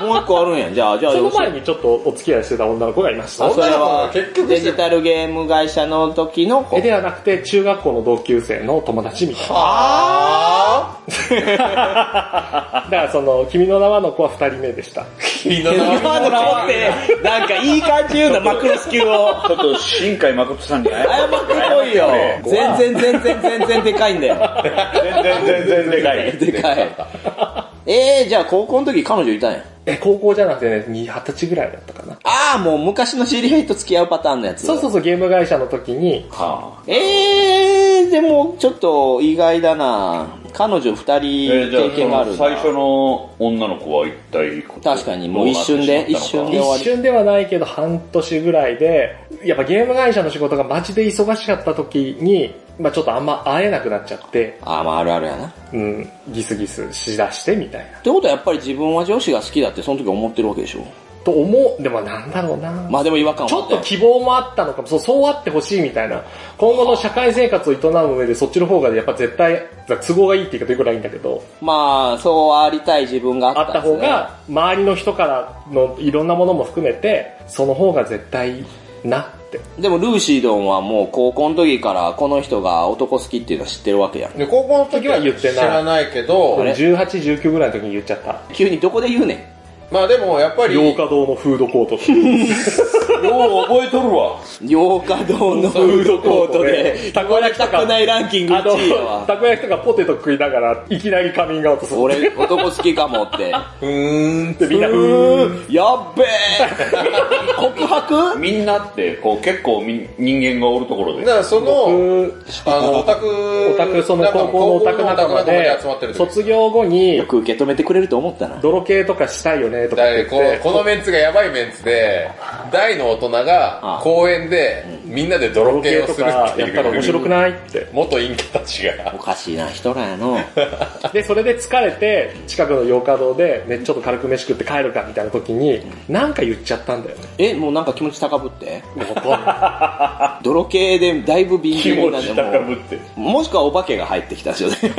ぞ。
もう一個あるんやん。じゃあ、じゃあ、
その前にちょっとお付き合いしてた女の子がいました
あ。そんなのは
それ
結局
デジタルゲーム会社の時の子
え。ではなくて、中学校の同級生の友達みたいな。
あ
*laughs*
ー
だからその、君の名はの子は二人目でした。
君の名
今の子
は
って、なんかいい感じ言うな、マクロス級を。
ちょっと、新海誠さんに謝っ
謝ってこいよ。全然全然全然でかいんだよ。
全然全然でかい。
でかい。えー、じゃあ高校の時彼女いたんや。
え、高校じゃなくてね、二十歳ぐらいだったかな。
ああ、もう昔の知り合いと付き合うパターンのやつ。
そうそうそう、ゲーム会社の時に、
は
えー、でもちょっと意外だな彼女二人
えー、じゃ
経験があ
あ、そ
るな
の最初の女の子は一体
確かにもう一瞬で
どなってしまったのか
一瞬で
一瞬ではないけど半年ぐらいで、やっぱゲーム会社の仕事がマジで忙しかった時に、まあちょっとあんま会えなくなっちゃって、
あー、まああるあるやな。っ
うん、ギスギスしだしてみたいな。
てことはやっぱり自分は上司が好きだってその時思ってるわけでしょ。
と思う、でもなんだろうな。
まあでも違和感は
ちょ
あ
ったと
よ
希望もあったのかも、そう、そうあってほしいみたいな。今後の社会生活を営む上でそっちの方がやっぱ絶対、都合がいいっていうかというくらいいんだけど、
まあ、そうありたい自分があ
あ
っ
ったた
んです
方
ね、
が、周りの人からのいろんなものも含めて、その方が絶対なって。
でもルーシードンはもう高校の時からこの人が男好きっていうのは知ってるわけやん。
で、高校の時は
言ってない
知らないけど、
18、19ぐらいの時に言っちゃった。
急にどこで言うねん。
まあでもやっぱり、
洋華堂のフードコートと
よう覚えとるわ。
洋華堂のフードコートで、
たこ焼きと
少
か、
ないランキング
あ
1位や
の、
わ。
たこ焼きとかポテト食いながら、いきなりカミングアウトする。
俺、男好きかもって。
うーんって
でみんな、うーん。
やっべえ告白
みんなって、こう結構み人間がおるところ
だ
で
か。らその、
うーん
あの、オタク、
オタク、その高校のオタク仲間で
集まってる、時。
卒業後に
よ、く受け止めてくれると思ったな。
泥系とかしたいよねとか
だ
言っ
この
て、
このメンツがやばいメンツで、大の大人
あ
が
あ
公園でみんなで泥
泥
系
系
を
と
す
か
る
やっ
って
たら面
い
白く
う、
ないって。
元陰キャたち
お
が。
かしいな人らやの。
で、それで疲れて、近くの洋華堂で、ね、ちょっと軽く飯食って帰るかみたいな時に、なんか言っちゃったんだよね。
*laughs* え、もうなんか気持ち高ぶって泥系でだいぶビン
気
ビン
持
なんで
ち
も
高
う
ぶって。
もしくはお化けが入ってきた状態。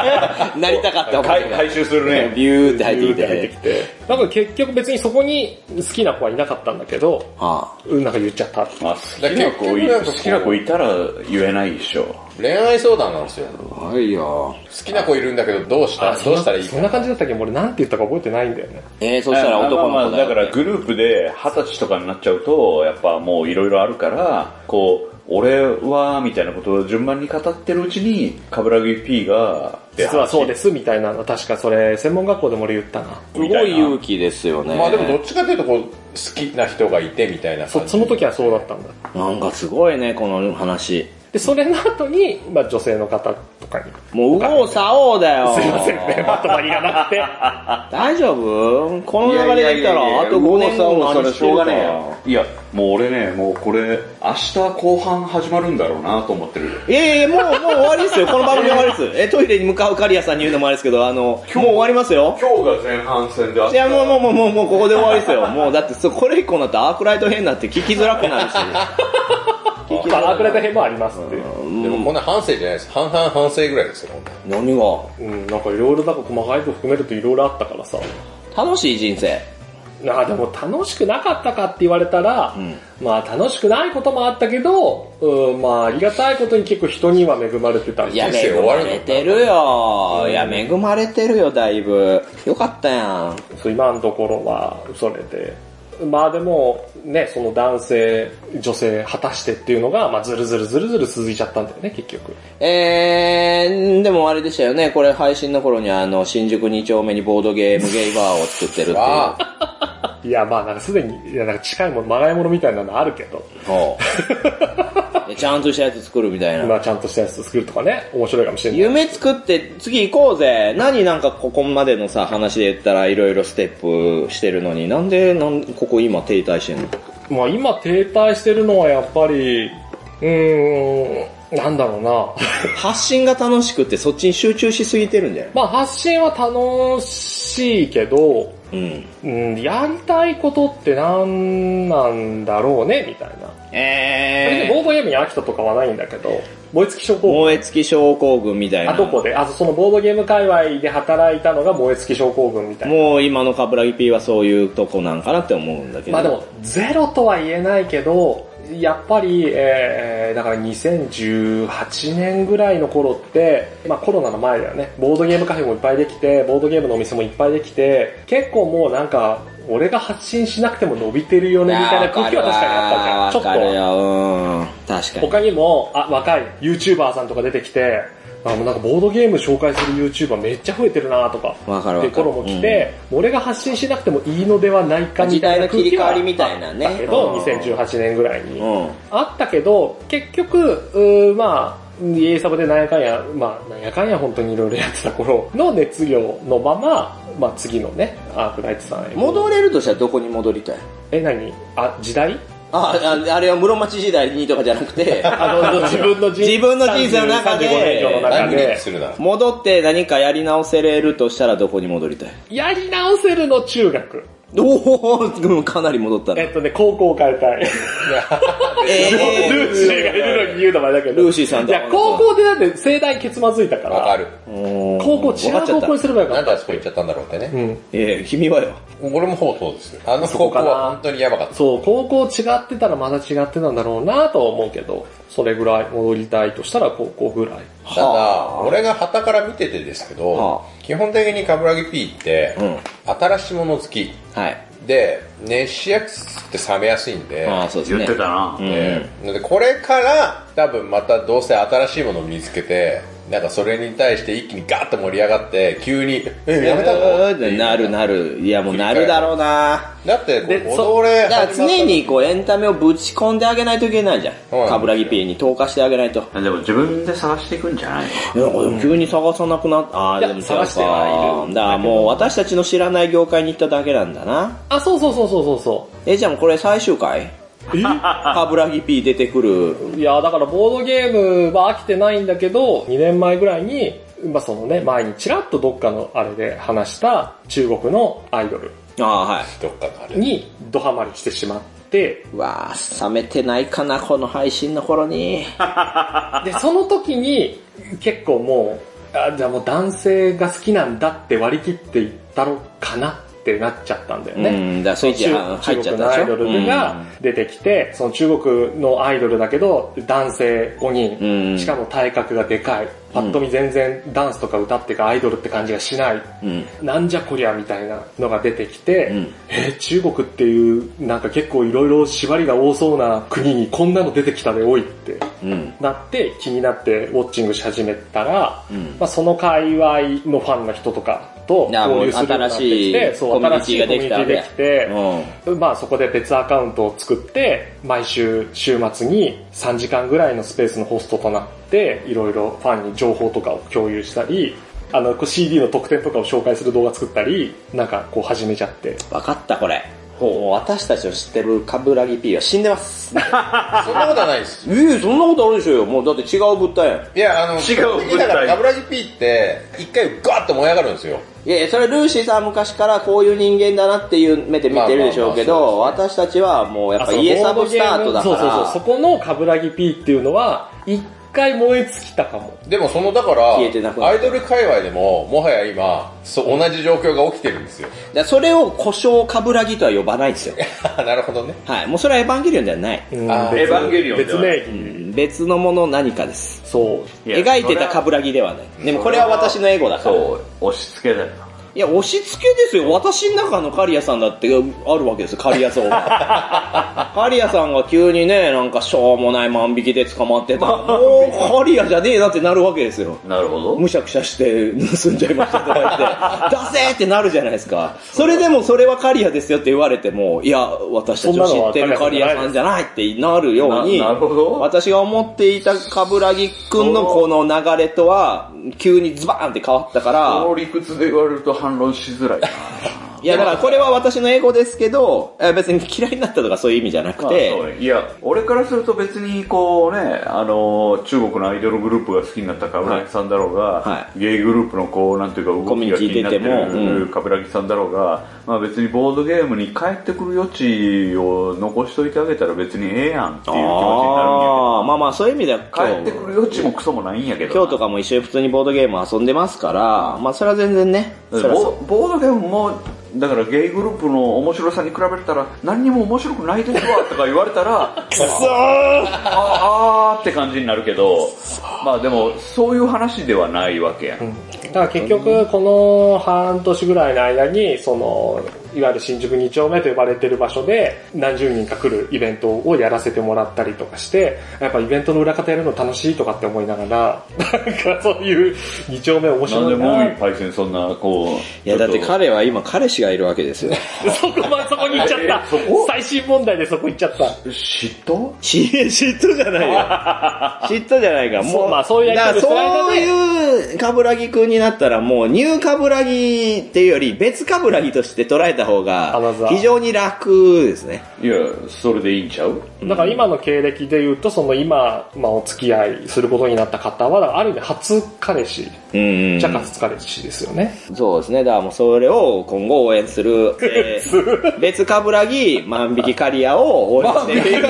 *laughs* なりたかったお化
回
けが。
回収するね。
ビューって入ってきて。
だから結局別にそこに好きな子はいなかったんだけど、
ああ
うん、なんか言っちゃったって。
まあ、好きな子い、
だから結局なんかこう
好きな子いたら言えないでしょ。
恋愛相談なんですよ。好
はいよ。
きな子いるんだけどどうしたどうしたらいい
そ
か
ん。な感じだったっけど俺なんて言ったか覚えてないんだよね。
えー、そしたら男
まあ
の子
ま
だ
あだ
よ
からグループで二十歳とかになっちゃうと、やっぱもういろいろあるから、こう、俺は、みたいなことを順番に語ってるうちに、カブラギ P が、。
実はそうですすみたいなの、確かそれ、専門学校でも俺言ったな。
すごい勇気ですよね。
まあでもどっちかというとこう、好きな人がいてみたいな感
そ
じ。
その時はそうだったんだ。
なんかすごいね、この話。
で、それの後に、まあ女性の方とかに。
もう、右往左往だよ。
すいませんね、まとまりがなくて。
大丈夫この流れでいったら、あと5年後の話してるから。
いや、もう俺ね、もうこれ、明日後半始まるんだろうなと思ってる。
いやいや、もう、もう終わりですよ。この番組終わりです。え、トイレに向かうカリアさんに言うのもあれですけど、あの、もう終わりますよ。
今日が前半戦であっ
いや、もうもうもうもう、もうここで終わりですよ。もう、だって、そうこれ以降になったらアークライト編なんて聞きづらくなるし。
*laughs* まあ、アークライト編もありますっていう。
でもこんな半生じゃないです。半々半生ぐらいですよ、ほんと
何が
うん、なんかいろいろなんか細かいとこ含めるといろいろあったからさ。
楽しい人生。
なあでも楽しくなかったかって言われたら、
ん
まあ楽しくないこともあったけど、うん、まあありがたいことに結構人には恵まれてたん
いや、
人生
恵
終
ま
わるの
れてるよ。いや、恵まれてるよ、だいぶ。よかったやん。
そう今のところはそれで。まあでも、ね、その男性、女性、果たしてっていうのが、まあずるずるずるずる続いちゃったんだよね、結局。
えー、でもあれでしたよね。これ配信の頃にあの、新宿2丁目にボードゲームゲイバーを作ってるっていう。
あ
いや、まあなんかすでに、いやなんか近いもの、まがいものみたいなのあるけど、
ほうでちゃんとしたやつ作るみたい
ま
な。
あちゃんとしたやつ作るとかね、面白いかもしれない。
夢作って次行こうぜ。何なんかここまでのさ、話で言ったらいろいろステップしてるのに、なんでなんここ今停滞してんの
まあ今停滞してるのはやっぱり、うーん、なんだろうな。
発信が楽しくってそっちに集中しすぎてるんじゃない
まあ発信は楽しいけど、
うん。
うん、やりたいことって何なんだろうね、みたいな。それでボ
え
ードゲームに飽きたとかはないんだけど、燃え尽き症
ー、
候
燃え尽き症候群みた
群。
いな。
あ、どこであ、そのボードゲーム界隈で働いたのが燃え尽き症候群みたいな。
もう今のカブラギ P はそういうとこなんかなって思うんだけど。
まあでも、ゼロとは言えないけど、やっぱり、えー、だから2018年ぐらいの頃って、まあコロナの前だよね、ボードゲームカフェもいっぱいできて、ボードゲームのお店もいっぱいできて、結構もうなんか、俺が発信しなくても伸びてるよ
い
ね、み
や
たい
ー、
な空気は確かにあったじゃん。ちょっ
わ
と。
かるわかるよ、うん。確かに。
他にも、あ、若い YouTuber さんとか出てきて、あもうなんかボードゲーム紹介する YouTuber めっちゃ増えてるなとか、
わかる
っ
わ
て
か
いう
る。
頃も来て、俺が発信しなくてもいいのではないかみ
時
たい
代
な
の
空
切
気
り替
は
わりみたいなね。
だけど、
うん
2018年ぐらいに。
うん。
あったけど、結局、うーまあ、家サブでなんやかんや、まあ、なんやかんや本当にいろいろやってた頃の熱量のまま、まあ次のね、アークライトさんへ。
戻れるとしたらどこに戻りたい
え、何あ、時代
あ、ああれは室町時代にとかじゃなくて、
あの、自分の人
自分の人生の中で
35年以上の中
何にリン
で
クす。るなら。
戻って何かやり直せれるとしたらどこに戻りたい
やり直せるの中学。
おおかなり戻ったな。
えっとね、高校を変えたい。
え
ルーシーがいるのに言うのもあれだけど。
ルーシーさん
い
と
や、高校でだって盛大結まずいたから。
わかる。
高校、違う高校にすればよか
な
っ
んであそこ行っちゃったんだろうってね。
た。うん。
ええ君はよ。
俺もほぼそうですよ。あの高校は本当にやばかった。
そう、高校違ってたらまた違ってたんだろうなとは思うけど、それぐらい戻りたいとしたら高校ぐらい。
ただ、俺が旗から見ててですけど
は、
基本的にカブラギ P って
うん、
新しいもの好き。
はい。
で、熱しやすくて冷めやすいんで、
ああ、そうです
言っ
ね。
てたな。
えーなのでこれから多分またどうせ新しいものを見つけて、なんかそれに対して一気にガーッと盛り上がって、急に、え、やめたのっていう
なるなる。いや、もうなるだろうな。
だって、こ
で
う
そ
踊れ
だか
始ま
ら
ったの
常にこうエンタメをぶち込んであげないといけないじゃん
う。ん
カブラギ P に投下してあげないと。
でも自分で探していくんじゃない
いや、でも急に探さなくなった。ああ、
いや
でも
探してはいる
だからもう私たちの知らない業界に行っただけなんだな。
あ、そうそうそうそうそうそ
え、じゃあもうこれ最終回
*laughs* う。
カブラギ P 出てくる。
いや、だからボードゲームは飽きてないんだけど、2年前ぐらいに、まあそのね、前にちらっとどっかのあれで話した中国のアイドル
ああ、はい。
どっかのあれ。
にドハマりしてしまって、
うわあ、冷めてないかな、この配信の頃に。
で、その時に結構もう、あじゃあもう男性が好きなんだって割り切っていったろうかなってなっちゃったんだよね。
うん、だからスイッチ
中
入っち
国
ゃ
の
った
アイ
でし
ド
ょ。
ルが出てきて、その中国のアイドルだけど、男性5
う
人、
ん、うん
しかも体格がでかい、パッと見全然ダンスとか歌ってかアイドルって感じがしない、
うん。
なんじゃこりゃみたいなのが出てきて、
うん
えー中国っていうなんか結構いろいろ縛りが多そうな国にこんなの出てきたで多いって
うん。
なって気になってウォッチングし始めたら、
うん
まあ、その界隈のファンの人とかと
なるほど
交流するようになってき
新
て、
しい
そう、
コミ
新
ュニテ
し
ィ
いコミュ
がで
ニ
き
ティ
たわけ
できて、
うん。
まあそこで別アカウントを作って、毎週週末に3時間ぐらいのスペースのホストとなって、いろいろファンに情報とかを共有したり、あの、こう CD の特典とかを紹介する動画作ったり、なんかこう始めちゃって。
わかった、これ。もう私たちの知ってるカブラギ P は死んでます。
そんなことはないです。
ええ、そんなことあるでしょうよ。もうだって違う物体やん。
いや、あの、
違う
だから、ガブラジ P って、一回ガーッと燃え上がるんですよ。
いやいや、それルーシーさんは昔からこういう人間だなっていう目で見てるでしょうけど、
まあまあ
私たちはもうやっ
あ
ぱ
そう
家サブスタートだか
ボードゲームそうそう
ら、
そう。そこのカブラギ P っていうのは、一回燃え尽きたかも。
でもその、だから、ア
消え
イ
てなくなった
ドル界隈でも、もはや今、そう同じ状況が起きてるんですよ。 *laughs*
だからそれを故障かぶらぎとは呼ばないんですよ。
なるほどね。
はい。もうそれはエヴァンゲリオンではない。
うん
あー
別
エヴァンゲリオンで
別
は
名義。
別のもの何かです。
そう。
描いてたカブ
ラ
ラギではない。でもこれは私のエゴだから。
そう、押し付けだよ。
いや、押し付けですよ。私の中のカリアさんだってあるわけですよ、カ
*laughs*
リア層が。カリアさんが急にね、なんかしょうもない万引きで捕まってたら、もうカリアじゃねえなってなるわけですよ。
なるほど。
むしゃくしゃして盗んじゃいましたとか
*laughs*
言って、出せーってなるじゃないですか。それでもそれはカリアですよって言われても、いや、私たちを知ってるカリアさんじゃないってなるように、
ななるほど
私が思っていたカブラギくんのこの流れとは、急にズバーンって変わったか
そ
ら
の、理屈で言われると反論しづらいな。
いや、だからこれは私の英語ですけど、え別に嫌いになったとかそういう意味じゃなく
まあ
て、
そうねいや、俺からすると別にこうね、あの、中国のアイドルグループが好きになった冠城さんだろうが、
は
ゲイグループのこう、なんていうか、動
コミ
き
ュ
が
ニティ
気になって
出てもう
る冠城さんだろうが、まあ別にボードゲームに帰ってくる余地を残しといてあげたら別にええやんっていう気持ちにな
ああ、まあまあそういう意味では
るん
今日
やけど、帰ってくる余地もクソもないんやけどな。
今日とかも一緒に普通にボードゲーム遊んでますから、まあそれは全然ね、それは
ボ
そ
ボードゲームも、だからゲイグループの面白さに比べたら、何にも面白くないですわとか言われたら、
う。くそー
あーあーって感じになるけど、まあでも、そういう話ではないわけやん。
だから結局、この半年ぐらいの間に、その、いわゆる新宿2丁目と呼ばれてる場所で、何十人か来るイベントをやらせてもらったりとかして、やっぱイベントの裏方やるの楽しいとかって思いながら、なんかそういう2丁目面
なん
白
で
い
も
な
うパイセンそんな、こう。
いやだって
ちょっ
彼は今彼氏がいるわけ
*laughs*
ですよ。
そこまで、そこに行っちゃった。最新問題でそこ行っちゃった。
と嫉妬
嫉妬じゃないよ。
*laughs*
嫉妬じゃないから、
そ
も
う
う。
まあそういうや
だ
り
から
方です
そういう、カブラギくんになったらもう、ニューカブラギっていうより、別カブラギとして捉えた方が
あまず、は
非常に楽ですね。
いや、それでいいんちゃう
だから今の経歴で言うと、その今、まあお付き合いすることになった方は、ある意味初彼氏、
うんうん。
じゃ初彼氏ですよね。
そうですね。だからもうそれを今後応援する、えー、別カブラギ万引きカリアを応援してい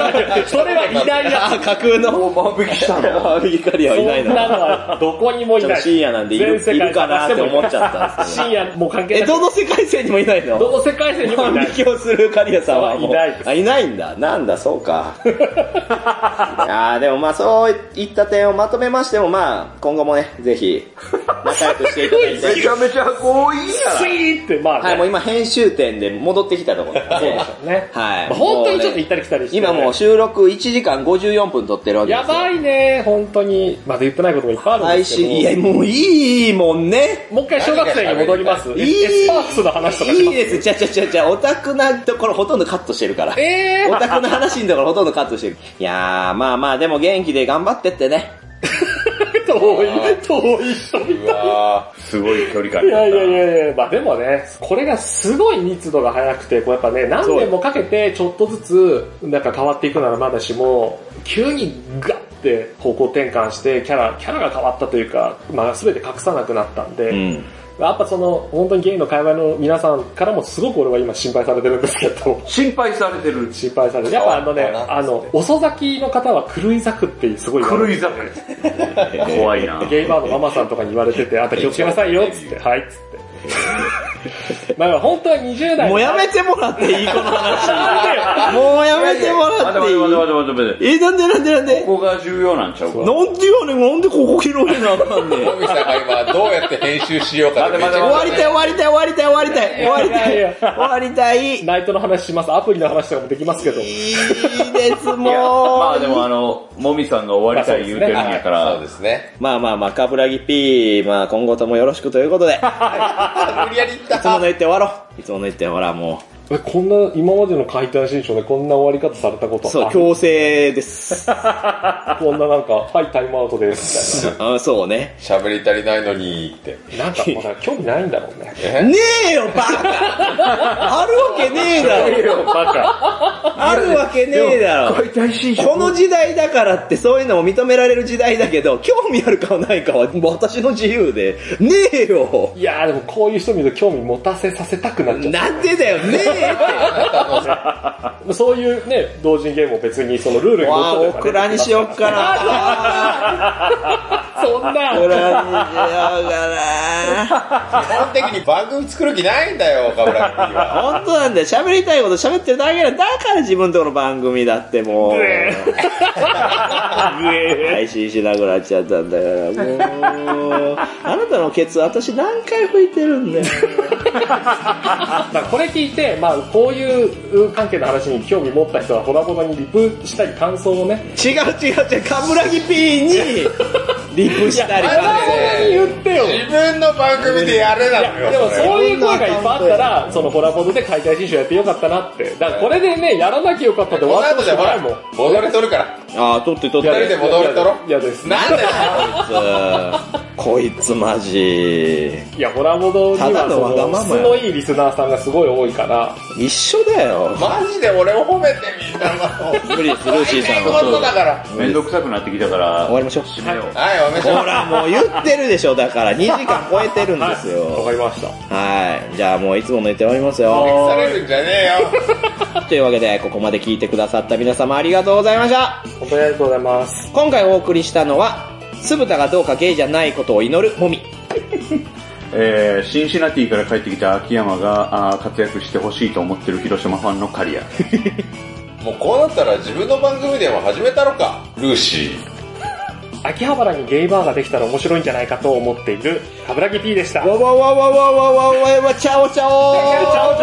く。
それはいない
*laughs*
や
あ、架空の。
もう万引きした
*laughs*
の
万引きカリア
そ
はい
ん
ない
なの
な。
はどこにもい
ちょっ
な
と
い。
深夜なんでいる
全世界
いるかなって思っちゃったんですけど
深夜もう関係
え、
ない。
どの世界線にもいないの
どの世界線にもい
万
ない
引。きをするカリアさんはもう
いないです
あ、いないんだ。なんだ、そう
*laughs*
か。あーでもまあそういった点をまとめましてもまあ今後もね、ぜひ仲良くしていただい
*laughs*
て。
めちゃめちゃ強引や
スイーって、まあ、ね、
はい、もう今編集点で戻ってきたところなんで。
ね。
はい。
まあ本当にちょっと
もうね
行ったり来たりして、
今もう収録1時間54分撮ってるわけです
や
よ。
ばいね、本当に。まだ言ってないこともいっぱいあるん
配
ですけど。
信、いやもういいもんね。
もう一回小学生に戻ります。
い
エ
い。
スパークスの話とかします
いいです。ちゃちゃちゃちゃ、オタクなところほとんどカットしてるから。
え
オタクの話のところほとんどカットしてる。いやー、まあまあ、でも元気で頑張ってってね。
ー、 *laughs* 遠い、遠い人みたい。
うわ
な。すごい距離感
い
になっ
や
た。
いやいやいや、まあでもね、これがすごい密度が速くて、こうやっぱね、何年もかけてちょっとずつ、なんか変わっていくならまだしも、急にガッて方向転換して、キャラ、キャラが変わったというか、まあ全て隠さなくなったんで、
うん。
やっぱその、本当にゲイの界隈の皆さんからもすごく俺は今心配されてるんですけど、
心配されてる。
心配されてる。やっぱあのね、
変わったな
あの、遅咲きの方は狂い咲くってすごい言われる
狂いざる。
*laughs*
怖いな。
ゲイバーのママさんとかに言われてて、あんた気をつけなさいよ、つって、はい、つって。 *laughs* まあ本当は20代。
もうやめてもらっていいこの話。もうやめてもら
待
っててい
待
い
て待て待て待て。
え、なんでなんでなんで
ここが重要なんちゃうか。
なんでやねん、なんでここ切ろうになったん
ー。
で。
トミさんが今どうやって編集しようかってめ
待って
ちゃくち
終
ゃ
わりたい終わりたい終わりたい終わりたい終わりた
いやいや
い
い
終
や
わりたい。いい
ナイトの話します。アプリの話とかもできますけど。
です、もう
いや、。まあでもあの、もみさんが終わりたい言うてるんやか
そう
ら
で、すね。
まあまあまあ、カブラギ P、まあ今後ともよろしくということで、い
あ無理やり言った。
つもの言って終わろう。いつもの言って、ほらも
えこんな、今までの解体新書でこんな終わり方されたこと
う、そう、
ある
強制です。
こんななんか、はい、タイムアウトです、
あ *laughs* そうね。
喋り足りないのにって。
みたいな。なん
*laughs*
か、まだ興味ないんだろうね。
え
ねえよ、バカあるわけねえだろ
バカ。
あるわけねえだろ
解体新書
この時代だからってそういうのも認められる時代だけど、興味あるかないかは私の自由で、ねえよ
いやーでもこういう人見ると興味持たせさせたくなっちゃう。
なんでだよ、ねえっ
そういうね、同人ゲームを別にそのルール
て。
に
わあ、
のっ
オ
と
クラにしよっかな。
そん
オク
な、
ラにしようかな。
基本的に番組作る気ないんだよ、岡村君は。
本当なんだよ。喋りたいこと喋ってるだけだ。だから自分とこの番組だってもう。配信しなくなっちゃったんだから、もう。あなたのケツ私何回拭いてるんだよ。
まあこれ聞いて、まあこういう関係の話に興味持った人はほらほらにリプしたり感想をね、
違う違う違う、カブラギ P にリプしたりと
いや
か
あ。
に言ってよ。
自分の番組でやれないのよ
や、でも
それ
そういう声がいっぱいあったら、そのコラボで解体新書やってよかったなって。だからこれでね、やらなきゃよかったって
こ
終
の
わった
後
こ
で
と
ほ
な
ら
いもん。、
ボドレ取るから。
ああ、取って取っ
二
て。
人で戻るだろ
いやですね。
なんだよ
*laughs*
こいつマジ。
いや、ホラボドに
た
は
だのわがままや
その質のいいリスナーさんがすごい多いから、
一緒だよ。
マジで俺を褒めてみんなもう
無理です、ルーシーさん
毎回こ
は。
んなだから
めんどくさくなってきたから、
終わりましょう。
締めよう。
はいおめで
ほ
とう
ら、もう言ってるでしょ、だから。2時間超えてるんです
わ
よ。
かりました。
はい。じゃあもういつもの言って終わりますよ。
されるんじゃねえよ
というわけで、ここまで聞いてくださった皆様ありがとうございました。
本当にありがとうございます。
今回お送りしたのは、酢豚がどうかゲイじゃないことを祈るもみ。
えー、シンシナティから帰ってきた秋山があー活躍してほしいと思ってる広島ファンのカリア。
もうこうなったら自分の番組でも始めたのかルーシー
秋葉原にゲイバーができたら面白いんじゃないかと思っている、カブラギ P でした。
わわわわわわわわわ、チャオチャ
チ
オ
ャオ